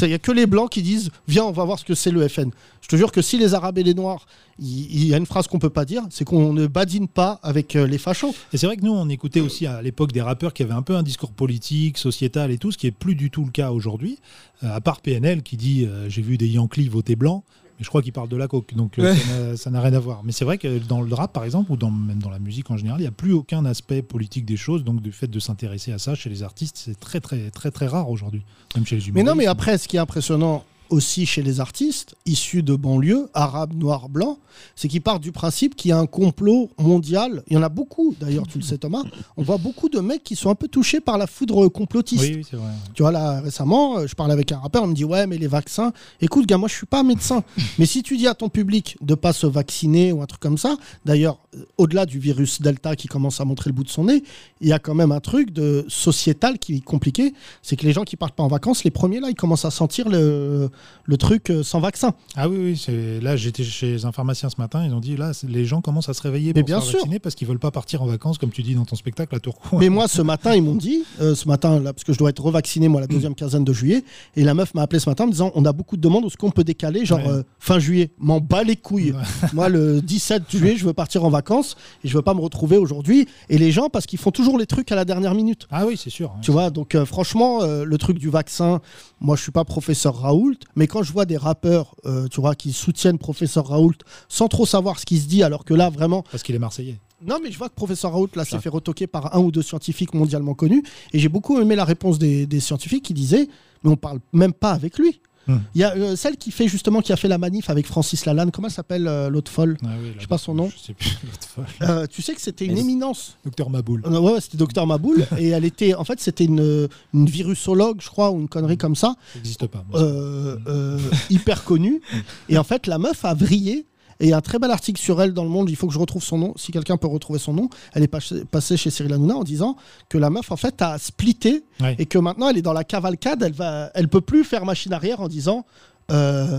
Il n'y a que les blancs qui disent Viens, on va voir ce que c'est le FN. Je te jure que si les Arabes et les Noirs, il il y, a une phrase qu'on peut pas dire, c'est qu'on ne badine pas avec euh, les fachos. Et c'est vrai que nous, on écoutait aussi à l'époque des rappeurs qui avaient un peu un discours politique, sociétal et tout, ce qui est plus du tout le cas aujourd'hui. Euh, à part PNL qui dit euh, J'ai vu des Yankees voter blanc, mais je crois qu'il parle de la coke, donc euh, Ouais. ça n'a- ça n'a rien à voir. Mais c'est vrai que dans le rap, par exemple, ou dans, même dans la musique en général, il n'y a plus aucun aspect politique des choses. Donc, du fait de s'intéresser à ça chez les artistes, c'est très, très, très, très rare aujourd'hui, même chez les Mais humains. non, mais après, ce qui est impressionnant aussi chez les artistes issus de banlieues, arabes, noirs, blancs, c'est qu'ils partent du principe qu'il y a un complot mondial. Il y en a beaucoup, d'ailleurs, tu le sais Thomas. On voit beaucoup de mecs qui sont un peu touchés par la foudre complotiste. Oui, oui, c'est vrai. Tu vois, là, récemment, euh, je parlais avec un rappeur, il me dit Ouais, mais les vaccins. Écoute, gars, moi, je suis pas médecin. mais si tu dis à ton public de pas se vacciner ou un truc comme ça, d'ailleurs, euh, au-delà du virus Delta qui commence à montrer le bout de son nez, il y a quand même un truc de sociétal qui est compliqué. C'est que les gens qui partent pas en vacances, les premiers, là, ils commencent à sentir le, le truc euh, sans vaccin. Ah oui, oui, c'est- là j'étais chez un pharmacien ce matin, ils ont dit là c'est- les gens commencent à se réveiller Mais pour bien se faire sûr. vacciner parce qu'ils veulent pas partir en vacances comme tu dis dans ton spectacle à Tourcoing. Mais moi, ce matin, ils m'ont dit, euh, ce matin, là, parce que je dois être revacciné, moi, la deuxième quinzaine de juillet, et la meuf m'a appelé ce matin en me disant, on a beaucoup de demandes, est-ce qu'on peut décaler, genre, Ouais. euh, fin juillet M'en bats les couilles. moi, le 17 juillet, je veux partir en vacances, et je veux pas me retrouver aujourd'hui. Et les gens, parce qu'ils font toujours les trucs à la dernière minute. Ah oui, c'est sûr. hein. Tu vois, donc euh, franchement, euh, le truc du vaccin, moi je suis pas professeur Raoult, mais quand je vois des rappeurs, euh, tu vois, qui soutiennent professeur Raoult sans trop savoir ce qui se dit, alors que là vraiment, Parce qu'il est marseillais. non, mais je vois que professeur Raoult là s'est fait retoquer par un ou deux scientifiques mondialement connus, et j'ai beaucoup aimé la réponse des, des scientifiques qui disaient, mais on parle même pas avec lui. Hmm. Il y a euh, celle qui fait justement, qui a fait la manif avec Francis Lalanne. Comment elle s'appelle euh, l'autre folle Ah oui, là-bas, sais pas son nom. Je sais plus. l'autre fois. Euh, Tu sais que c'était une Mais- éminence. Docteur Maboul. Euh, Ouais, ouais, c'était docteur Maboul et elle était, en fait, c'était une, une virusologue, je crois, ou une connerie comme ça, Ça n'existe pas. moi. euh, euh, hyper connue. Et en fait, la meuf a vrillé. Et il y a un très bel article sur elle dans le Monde. Il faut que je retrouve son nom. Si quelqu'un peut retrouver son nom, elle est pas- passée chez Cyril Hanouna en disant que la meuf en fait a splitté Ouais. et que maintenant elle est dans la cavalcade. Elle va, elle peut plus faire machine arrière en disant. euh,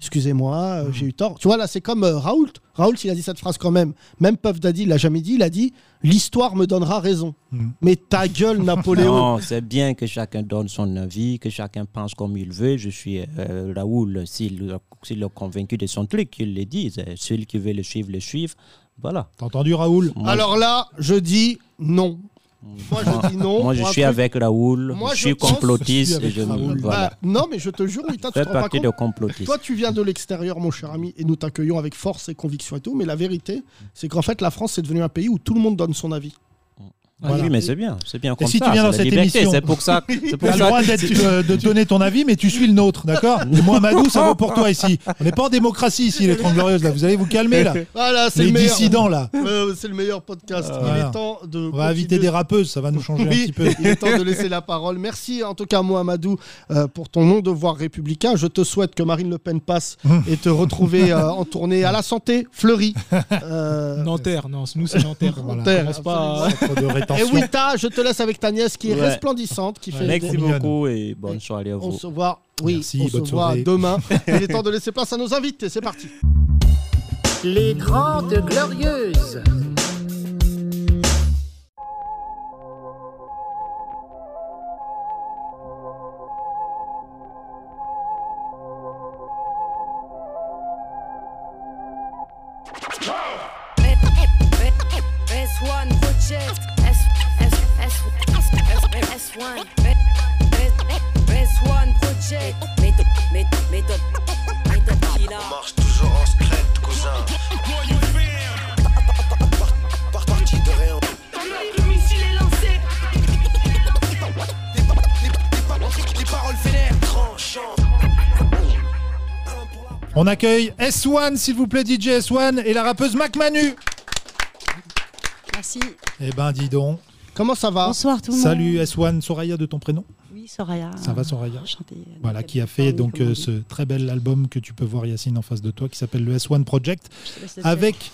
Excusez-moi, euh, j'ai eu tort. Tu vois, là, c'est comme euh, Raoult. Raoult, il a dit cette phrase quand même. Même Puff Daddy, il l'a jamais dit. Il a dit L'histoire me donnera raison. Mhm. Mais ta gueule, Napoléon. Non, c'est bien que chacun donne son avis, que chacun pense comme il veut. Je suis euh, Raoul, s'il s'il est convaincu de son truc, qu'il le dise. Et Celui qui veut le suivre, le suivre. Voilà. T'as entendu Raoul Moi, Alors là, je dis non. Moi, je dis non. moi, je Pour un suis truc- avec Raoul. Moi, je je suis pense- complotiste. je suis et je, avec Raoul. voilà. Bah, non, mais je te jure, Wita, Je tu te fais rends pas partie de compte. complotistes. Toi, tu viens de l'extérieur, mon cher ami, et nous t'accueillons avec force et conviction et tout. Mais la vérité, c'est qu'en fait, la France, c'est devenu un pays où tout le monde donne son avis. Ah Oui, mais c'est bien. C'est bien comme si ça, tu viens c'est dans la cette liberté, émission- C'est pour ça. C'est pour T'as le ça. droit d'être, euh, de donner ton avis, mais tu suis le nôtre, d'accord Et moi, Madou, ça vaut pour toi ici. On n'est pas en démocratie ici, les 30 Glorieuses, là. Vous allez vous calmer, là. Voilà, c'est Les le meilleur. dissidents, là. Euh, c'est le meilleur podcast. Il Voilà. est temps de. On va inviter des rappeuses, ça va nous changer un Oui, petit peu. il est temps de laisser la parole. Merci en tout cas, Mohamedou, euh, pour ton non devoir républicain. Je te souhaite que Marine Le Pen passe Hum. et te retrouver euh, en tournée à la santé, fleurie. Euh, Nanterre, non, nous c'est Nanterre. voilà. Nanterre, Commence pas à- Centre de et rétention. Wita, Eh je te laisse avec ta nièce qui est Ouais. resplendissante, qui fait Merci des- mignonne. beaucoup et bonne soirée à On vous. se voit, oui, Merci, on se bonne voit soirée. demain. Il est temps de laisser place à nos invités, c'est parti. Les Grandes Glorieuses. S1 project S S S S S S1 S1 project méthode méthode méthode méthode killer marche toujours en scred, cousin. Par- par- Parti de rien. Des par- des- des par- des paroles vénères, tranchantes. On accueille S1, s'il vous plaît, DJ S1, et la rappeuse Mac Manu. Merci. Eh ben, dis donc. Comment ça va Bonsoir tout le monde. Ah. Salut S1, Soraya de ton prénom. Oui, Soraya. euh, Ça va, Soraya Enchantée. Voilà, qui a fait donc euh, ce très bel album que tu peux voir, Yacine, en face de toi, qui s'appelle le S1 Project. avec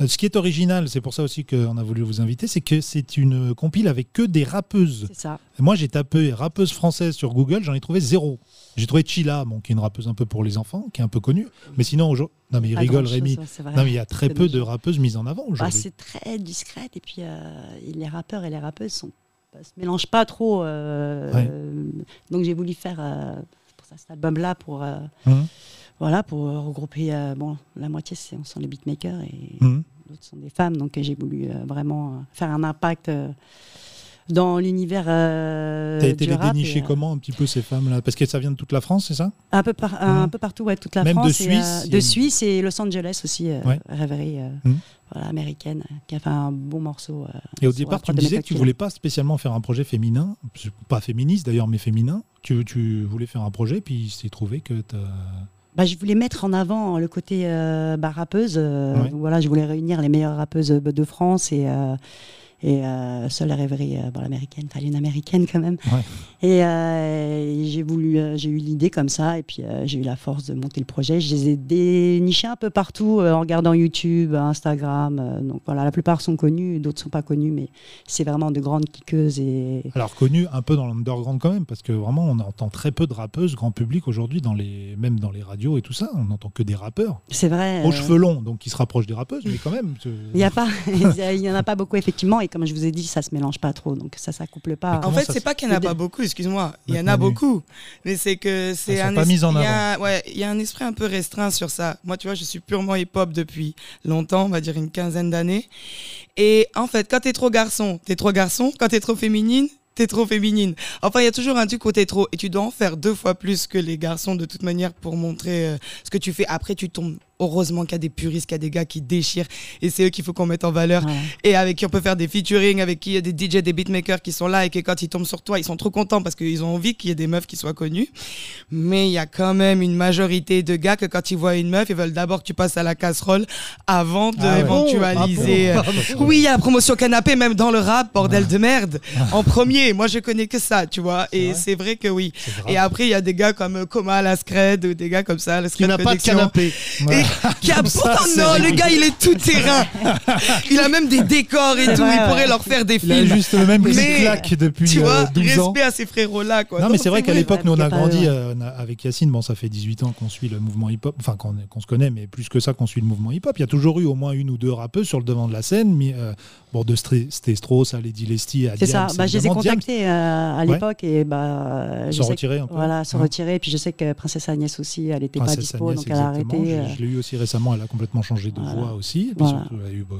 euh, ce qui est original, c'est pour ça aussi qu'on a voulu vous inviter, c'est que c'est une euh, compile avec que des rappeuses. C'est ça. Et Moi, j'ai tapé rappeuse française sur Google, j'en ai trouvé zéro. J'ai trouvé Chila, bon, qui est une rappeuse un peu pour les enfants, qui est un peu connue. Mais sinon, aujourd'hui. Non, mais il Pas rigole, grand-chose, Rémi. ouais, C'est vrai. Non, mais il y a très C'est peu dommage. de rappeuses mises en avant Bah, aujourd'hui. c'est très discrète et puis euh, et les rappeurs et les rappeuses sont bah, se mélangent pas trop. euh, Ouais. euh, donc j'ai voulu faire euh, pour ça, cet album-là pour euh, Mhm. voilà pour euh, regrouper. euh, bon, la moitié c'est on sent les beatmakers et Mhm. l'autre sont des femmes. Donc euh, j'ai voulu euh, vraiment euh, faire un impact euh, dans l'univers. Euh, T'as été du les rap dénicher et, euh, comment un petit peu ces femmes-là Parce que ça vient de toute la France, c'est ça Un peu, par, un peu partout, ouais, toute la Hein. Même de France. et, euh, Suisse, il y a de une- Suisse et Los Angeles aussi, euh, Ouais. Rêverie euh, Mhm. voilà, américaine, euh, qui a fait un bon morceau. euh, Et au sur la départ, tu prod me de disais que Méthode tu Killer. voulais pas spécialement faire un projet féminin, pas féministe d'ailleurs, mais féminin. Tu, tu voulais faire un projet, puis il s'est trouvé que t'as. Bah, je voulais mettre en avant le côté euh, bah, rappeuse. euh, Ouais. donc voilà, je voulais réunir les meilleures rappeuses euh, de France et, euh, et euh, seule rêverie euh, bon, l'américaine, enfin, elle est une américaine quand même. Ouais. Et, euh, et j'ai voulu, euh, j'ai eu l'idée comme ça et puis euh, j'ai eu la force de monter le projet. Je les ai dénichés un peu partout euh, en regardant YouTube, Instagram. euh, donc voilà, la plupart sont connues, d'autres sont pas connues, mais c'est vraiment de grandes kickeuses et Alors connu un peu dans l'underground quand même, parce que vraiment on entend très peu de rappeuses grand public aujourd'hui, dans les... même dans les radios et tout ça, on n'entend que des rappeurs. c'est vrai. Aux euh, cheveux longs, donc qui se rapprochent des rappeuses, mais quand même. tu- Il y a pas, il y en a pas beaucoup effectivement, et comme je vous ai dit, ça se mélange pas trop, donc ça, ça couple pas. Comment En fait, ça c'est se- pas qu'il n'y en a Des- pas beaucoup, excuse-moi. Il y en Maintenant, a mais- beaucoup. Mais c'est que c'est Elles sont un. pas es- mises en il y a- Ouais, il y a un esprit un peu restreint sur ça. Moi, tu vois, je suis purement hip-hop depuis longtemps, on va dire une quinzaine d'années. Et en fait, quand t'es trop garçon, t'es trop garçon. Quand t'es trop féminine, t'es trop féminine. Enfin, il y a toujours un truc où t'es trop. Et tu dois en faire deux fois plus que les garçons, de toute manière, pour montrer euh, ce que tu fais. Après, tu tombes Heureusement qu'il y a des puristes, qu'il y a des gars qui déchirent. Et c'est eux qu'il faut qu'on mette en valeur. Et avec qui on peut faire des featuring, avec qui il y a des DJ, des beatmakers qui sont là et que quand ils tombent sur toi, ils sont trop contents parce qu'ils ont envie qu'il y ait des meufs qui soient connues. Mais il y a quand même une majorité de gars que quand ils voient une meuf, ils veulent d'abord que tu passes à la casserole avant de Ah ouais. éventualiser. Ah bon, euh, oui, il y a la promotion canapé, même dans le rap, bordel de merde. En premier, moi je connais que ça, tu vois. Et c'est vrai que oui. Et après, il y a des gars comme euh, Coma, la Scred, ou des gars comme ça, la Qui Scred n'a pas de Connexion. canapé. Et qui a pourtant, c'est non, le ridicule. gars, il est tout terrain. Il a même des décors et C'est tout. vrai, il ouais. pourrait leur faire des Il a films. juste le même Mais, petit claque depuis Tu euh, vois, 12 ans. respect à ces frérots-là, quoi. Non, mais c'est vrai qu'à l'époque, nous, on a Parce qu'il y a pas grandi eu, euh, on a- avec Yacine. Bon, ça fait 18 ans qu'on suit le mouvement hip-hop, enfin, qu'on qu'on se connaît, mais plus que ça, qu'on suit le mouvement hip-hop. Il y a toujours eu au moins une ou deux rappeuses sur le devant de la scène. Mais, euh, bon, de Stré- C'était Strauss à Lady Lesty, à C'est ça, Diams, bah, je les ai évidemment. Diams, contactés euh, à Ouais. l'époque et bah, euh, je S'en sais que- retirer un peu. Voilà, se Ouais. retirer. Et puis je sais que Princesse Agnès aussi, elle n'était pas Princesse dispo, Agnès, donc elle a arrêté. exactement. euh, Je, je l'ai eu aussi récemment, elle a complètement changé de Voilà. voix aussi. Et puis Voilà. surtout, elle a eu euh,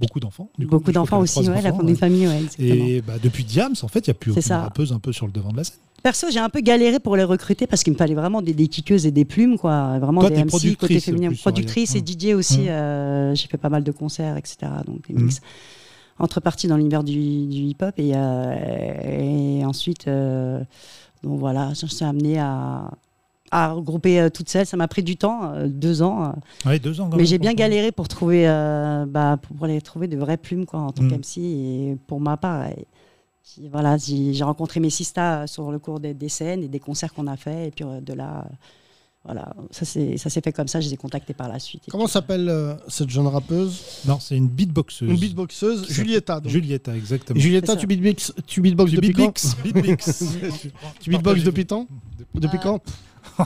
beaucoup d'enfants. du coup, beaucoup je crois d'enfants qu'elle a aussi, trois ouais, la enfants, conduite de famille, ouais, exactement. Et bah, depuis Diams, en fait, il n'y a plus C'est aucune ça. rappeuse un peu sur le devant de la scène. Perso, j'ai un peu galéré pour les recruter parce qu'il me fallait vraiment des, des kickeuses et des plumes, quoi. Vraiment Toi, des t'es MC, côté productrice, féminin. plus, Productrice et Aurélia. DJ aussi. Mm. euh, j'ai fait pas mal de concerts, etc. Donc, des Mm. mix. Entre parties dans l'univers du, du hip-hop et, euh, et ensuite, euh, donc voilà, je suis amenée à, à regrouper euh, toutes celles. Ça m'a pris du temps, euh, deux ans. euh, Ouais, deux ans. quand mais même, j'ai bien franchement. galéré pour trouver, euh, bah, pour aller trouver de vraies plumes quoi, en tant Mm. qu'MC. Et pour ma part, et- j'ai- voilà, j'ai j'ai rencontré mes sistas euh, sur le cours des, des scènes et des concerts qu'on a fait. Et puis euh, de là, euh, voilà, ça s'est ça s'est fait comme ça. Je les ai contactés par la suite. Et Comment puis, s'appelle euh, cette jeune rappeuse Non, c'est une beatboxeuse. Une beatboxeuse, Qui Julieta. donc. Julieta, exactement. C'est Julieta, ça. tu beatbox, tu beatbox Du depuis quand beatbox. beatbox. Tu beatbox depuis temps Depuis Euh, quand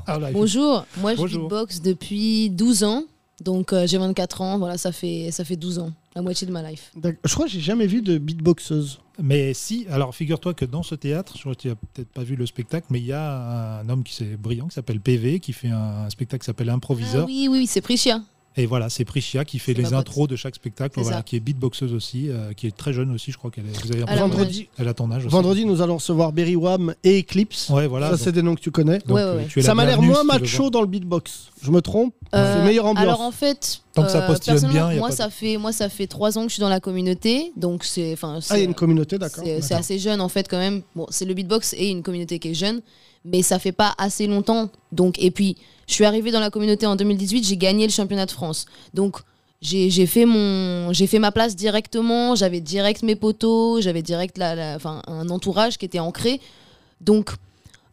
Ah, là, il faut- Bonjour, moi je Bonjour. beatbox depuis 12 ans, donc euh, j'ai 24 ans, voilà, ça fait, ça fait 12 ans, la moitié de ma life. D'accord. Je crois que j'ai jamais vu de beatboxeuse. Mais si, alors figure-toi que dans ce théâtre, je crois que tu n'as peut-être pas vu le spectacle, mais il y a un homme qui c'est brillant qui s'appelle PV, qui fait un, un spectacle qui s'appelle Ah Improviseur. oui, oui, oui, c'est Prichia. Et voilà, c'est Prichia qui fait C'est ma les pote. intros de chaque spectacle, C'est voilà, ça. qui est beatboxeuse aussi, euh, qui est très jeune aussi, je crois qu'elle est. Vous avez Elle a mon Vendredi, Elle a ton âge aussi. vendredi, nous allons recevoir Berry Wham et Eclipse. Ouais, voilà. ça, donc- c'est des noms que tu connais. donc, Ouais, ouais, euh, ouais. tu es la Ça m'a l'air bienvenue, moins si tu veux macho voir. dans le beatbox. Je me trompe C'est meilleure ambiance. Euh, Alors en fait, euh, Tant que ça postillonne personnellement, bien, y a moi pas de- ça fait moi ça fait 3 ans que je suis dans la communauté, donc c'est enfin Ah, il y a c'est une communauté, d'accord. c'est- c'est assez jeune en fait quand même. Bon, c'est le beatbox et une communauté qui est jeune, mais ça fait pas assez longtemps. Donc et puis je suis arrivée dans la communauté en 2018, j'ai gagné le championnat de France. Donc j'ai j'ai fait mon j'ai fait ma place directement, j'avais direct mes poteaux, j'avais direct la, la- enfin un entourage qui était ancré. Donc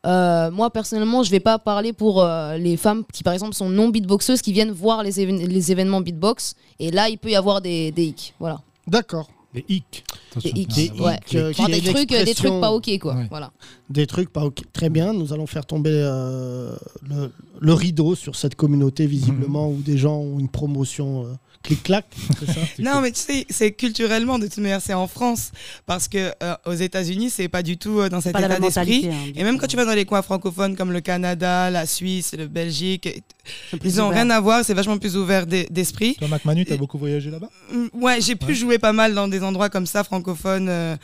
euh, moi personnellement, je vais pas parler pour euh, les femmes qui par exemple sont non beatboxeuses qui viennent voir les, évén- les événements beatbox et là il peut y avoir des des hicks, voilà. D'accord. Des hic. Des hicks, Des hicks, ouais. euh, Enfin, qui est des une trucs euh, des trucs expression- pas OK quoi, Ouais. voilà. Des trucs pas ok. Très bien, nous allons faire tomber euh, le, le rideau sur cette communauté, visiblement, où des gens ont une promotion euh, clic-clac. c'est ça Non, mais tu sais, c'est culturellement, de toute manière, c'est en France. Parce que euh, aux États-Unis, c'est pas du tout euh, dans cet pas la état même d'esprit. mentalité. hein, Et même quand tu vas dans les coins francophones comme le Canada, la Suisse, le Belgique, et- ils ont rien à voir, c'est vachement plus ouvert d'e- d'esprit. Toi, Mac Manu, t'as beaucoup voyagé là-bas Mm, Ouais, j'ai pu Ouais. jouer pas mal dans des endroits comme ça, francophones, euh,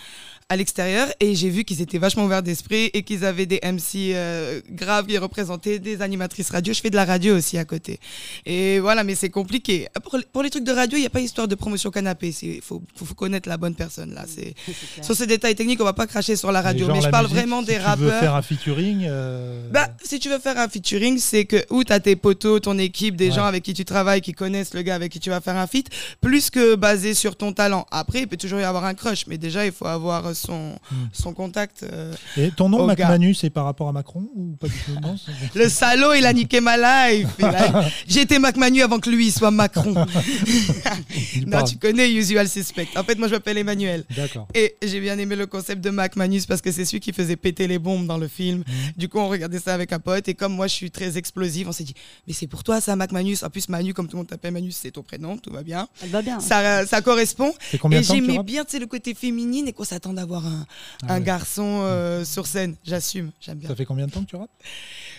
à l'extérieur. Et j'ai vu qu'ils étaient vachement ouverts d'esprit et qu'ils avaient des MC euh, graves qui représentaient des animatrices radio. Je fais de la radio aussi à côté. Et voilà, mais c'est compliqué. Pour, les- pour les trucs de radio, il n'y a pas histoire de promotion canapé. Il faut, faut, faut connaître la bonne personne là. C'est Sur ces détails techniques, on va pas cracher sur la radio. Genre Mais je la parle musique, vraiment si des Tu veux rappeurs. faire un featuring euh, Bah, si tu veux faire un featuring, c'est que ou t'as tes poteaux, ton équipe, des Ouais. gens avec qui tu travailles, qui connaissent le gars avec qui tu vas faire un feat, plus que basé sur ton talent. Après, il peut toujours y avoir un crush, mais déjà, il faut avoir son, Hmm. son contact. euh. Et ton nom, Oh, Mac gars. Manu, c'est par rapport à Macron ou pas du tout non, c'est- Le salaud, il a niqué ma life. Il a- J'étais Mac Manu avant que lui soit Macron. il non, parle. tu connais Usual Suspect. En fait, moi, je m'appelle Emmanuel. D'accord. Et j'ai bien aimé le concept de Mac Manus parce que c'est celui qui faisait péter les bombes dans le film. Mhm. Du coup, on regardait ça avec un pote. Et comme moi, je suis très explosive, on s'est dit, mais c'est pour toi ça, Mac Manus. En plus, Manu, comme tout le monde t'appelle Manus, c'est ton prénom, tout va bien. euh, Elle va bien. hein. Ça, ça correspond. C'est Ah. combien et de temps que tu j'aimais rappes bien tu sais, le côté féminine et qu'on s'attend d'avoir un, Ah un ouais. Mhm. garçon euh, sur scène. J'assume, j'aime bien. Ça fait combien de temps que tu rappes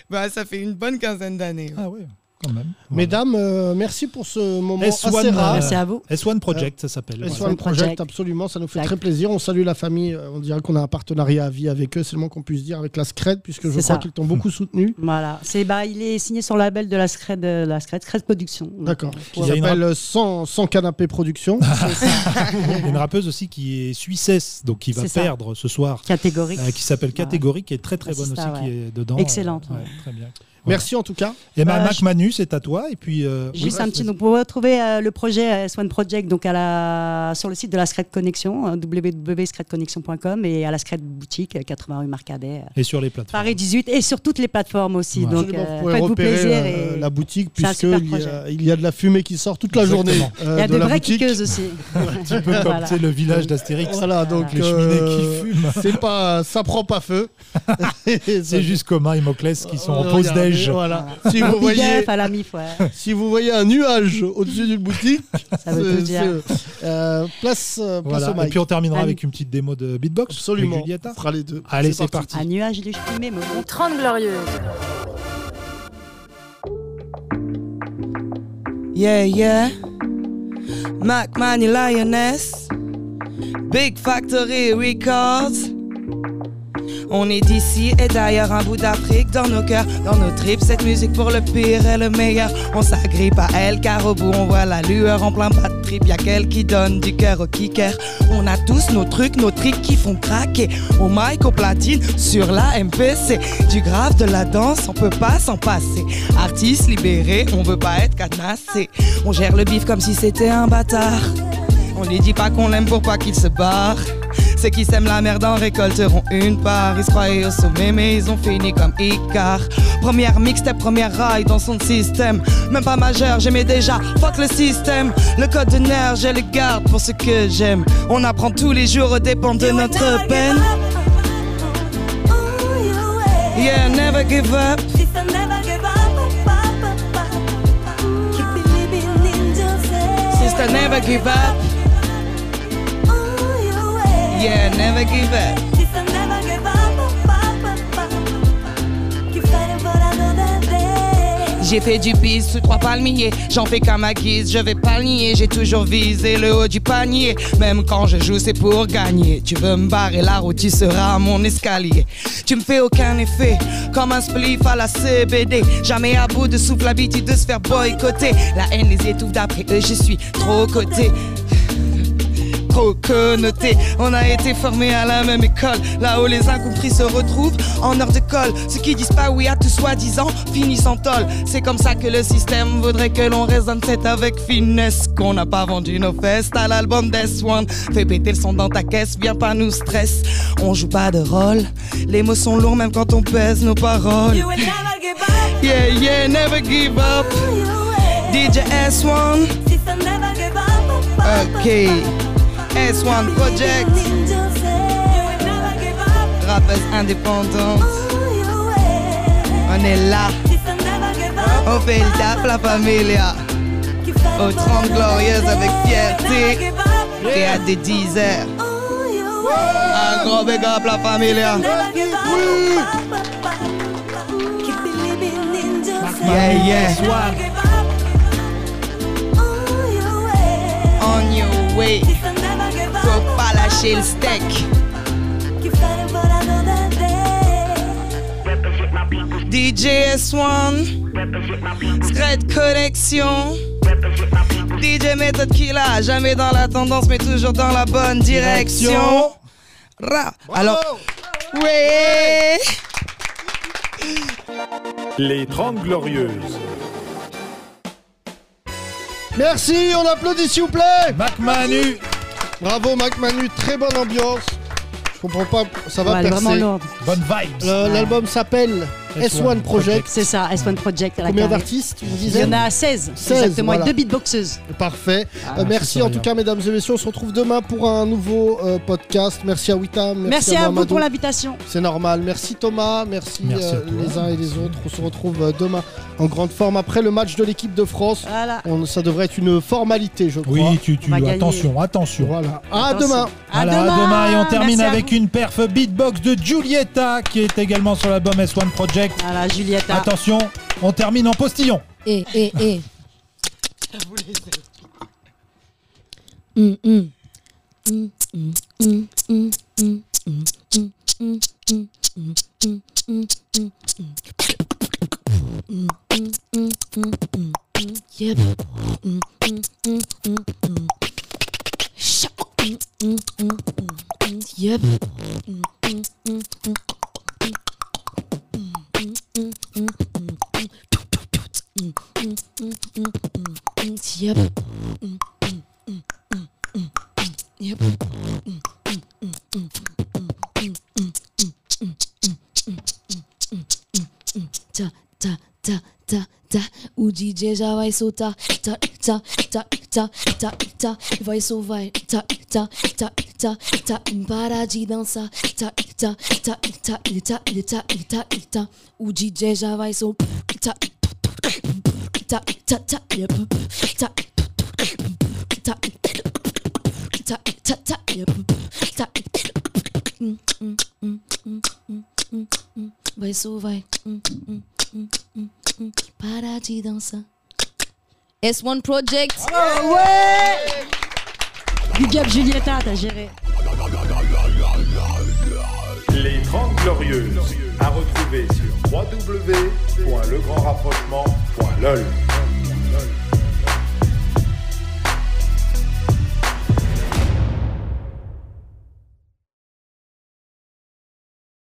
Bah, ça fait une bonne quinzaine d'années. ouais. Ah ouais. quand même. Mesdames, euh, merci pour ce moment S1, assez rare. euh, Merci à vous. S1 Project, ça s'appelle. S1 Voilà. Project, Project. absolument, ça nous fait très plaisir. On salue la famille. euh, On dirait qu'on a un partenariat à vie avec eux, c'est le moins qu'on puisse dire, avec la Scred, puisque je C'est crois ça. qu'ils t'ont beaucoup soutenu. Voilà, c'est bah, il est signé sur le label de la Scred, euh, la Scred, Scred Production. D'accord. Qui Voilà. s'appelle euh, 100, 100 Canapé Production. Il y a une rappeuse aussi qui est suissesse, donc qui va C'est ça. perdre ce soir. euh, Catégorique. qui s'appelle Catégorique, qui est très très Ouais, bonne c'est aussi, ça, qui ouais. est dedans. Excellente, Ouais, ouais. Très bien. Merci en tout cas. Et ma Bah, Mac je- Manu, c'est à toi. Et puis. euh, oui, Juste un vas-y. petit. Donc, vous pouvez retrouver euh, le projet euh, S1 Project donc à la, sur le site de la Scred Connexion, euh, www.scredconnexion.com et à la Scred Boutique, euh, 80 rue Marcadet. euh, Et sur les plateformes. Paris 18 et sur toutes les plateformes aussi. Voilà. Donc, euh, Absolument, vous pouvez faites-vous repérer plaisir. euh, et- la boutique, c'est un puisque super il y, a, il y a de la fumée qui sort toute la Exactement. journée. euh, Il y a de des la vraies boutique. kickeuses aussi. Un petit euh, peu comme tu sais, le village d'Astérix. Voilà, donc Les euh, cheminées qui fument. C'est pas, ça prend pas feu. euh, C'est juste Coma et Moclès qui sont en pause Regardez, déj. Voilà. Si vous Big voyez, F à euh, la MIF, ouais. si vous voyez un nuage au-dessus d'une boutique, Ça veut c'est- tout dire. c'est- euh, place, euh, place Voilà. au mic. Et puis on terminera Allez. avec une petite démo de beatbox. avec Absolument. Julieta. On fera les deux. Allez, c'est parti. Un nuage de fumée, me montre. 30 glorieuses. Yeah, yeah. Mac Money Lioness. Big Factory Records. On est d'ici et d'ailleurs un bout d'Afrique dans nos cœurs, dans nos tripes. Cette musique pour le pire et le meilleur. On s'agrippe à elle car au bout on voit la lueur en plein pas de trip. Y'a qu'elle qui donne du cœur au kicker. On a tous nos trucs, nos tricks qui font craquer. Au mic, au platine, sur la MPC. Du grave, de la danse, on peut pas s'en passer. Artiste libéré, on veut pas être cadenassé. On gère le bif comme si c'était un bâtard. On lui dit pas qu'on l'aime pour pas qu'il se barre. Ceux qui sèment la merde en récolteront une part. Ils se croyaient au sommet, mais ils ont fini comme Icar. Première mixtape, première rail dans son système. Même pas majeur, j'aimais déjà. Fuck le système. Le code d'honneur, je le garde pour ce que j'aime. On apprend tous les jours aux dépens de notre peine. Yeah, never give up. Sister, never give up. Yeah, never give up. J'ai fait du bis sous trois palmiers, j'en fais qu'à ma guise, je vais pas le nier, j'ai toujours visé le haut du panier, même quand je joue c'est pour gagner, tu veux me barrer la route, tu seras à mon escalier, tu me fais aucun effet, comme un spliff à la CBD, jamais à bout de souffle, l'habitude de se faire boycotter, la haine les étouffe d'après eux, je suis trop coté, trop connoté. On a été formés à la même école, là où les incompris se retrouvent en heure de colle. Ceux qui disent pas oui à tout soi-disant finissent en tol. C'est comme ça que le système voudrait que l'on raisonne. C'est avec finesse qu'on n'a pas vendu nos fesses à l'album Death One. Fais péter le son dans ta caisse, viens pas nous stress. On joue pas de rôle, les mots sont lourds même quand on pèse nos paroles. Yeah, yeah, never give up. DJ S1. Ok. S1 Project. Rappeuse indépendante. On est là. On fait le taf, la familia. Aux 30 glorieuses avec fierté. Et à des 10 heures. Un gros big up, la familia. Yeah, yeah. On your way. Faut pas lâcher le steak. DJ S1. Scred Connexion. DJ méthode qui l'a jamais dans la tendance mais toujours dans la bonne direction. Ra. Alors, ouais. Les 30 Glorieuses. Merci, on applaudit s'il vous plaît. Mac Manu. Bravo Mac Manu, très bonne ambiance. Je comprends pas, ça va Ouais, percer. vraiment lourde. Bonne vibes. Euh, L'album s'appelle S1 Project. C'est ça, S1 Project. à la Combien carré. d'artistes une Il y dizaine en a 16. 16, exactement, voilà. et deux beatboxeuses. Parfait. Euh, merci c'est en rien. tout cas, mesdames et messieurs. On se retrouve demain pour un nouveau euh, podcast. Merci à Witam. Merci, à, vous Mamadou. pour l'invitation. C'est normal. Merci Thomas. Merci, Merci à euh, toi. les uns et les autres. On se retrouve euh, demain en grande forme après le match de l'équipe de France. On- ça devrait être une formalité, je crois. Oui, tu, tu va gagner. attention, attention. Voilà. À demain. Voilà, à demain. et on termine avec une perf beatbox de Julieta qui est également sur l'album S1 Project. Voilà, Julieta. Attention, on termine en postillon. eh, eh, eh. Hum, hum. Hum, hum, hum, hum, hum, hum, hum, hum, hum, hum, hum, hum, hum, hum. Hum, hum, hum, hum, hum. Yep. Hum, hum, hum, hum, hum. Sha- hum, hum, hum, hum, hum. Yep. Hum, hum, hum, hum. Hum, hum, hum, hum, hum. Hum, hum, hum, hum, hum, hum. Yep. Hum, hum, hum, hum, hum, hum. Yep. Hum, hum, hum, hum, hum, hum, hum, hum, hum, hum, hum, hum, hum, hum. Ta, ta, ta, ta, ta. O DJ já vai soltar. Ta, ta, ta, ta, ta, ta. Vai só vai. Ta, ta, ta, ta, ta. Para de dançar. Ta, ta, ta, ta, ta, ta, ta, ta. O DJ já vai soltar. Ta, ta, ta, ta, yep. ta, ta, ta, ta, ta, yep. ta, Mm, mm, mm, mm, mm, mm, mm. vai só vai, Mm, mm, mm, mm, mm. para de dançar. S1 Project. Big up Julieta, t'as géré. Les 30 Glorieuses, à retrouver sur www.legrandrapprochement.lol.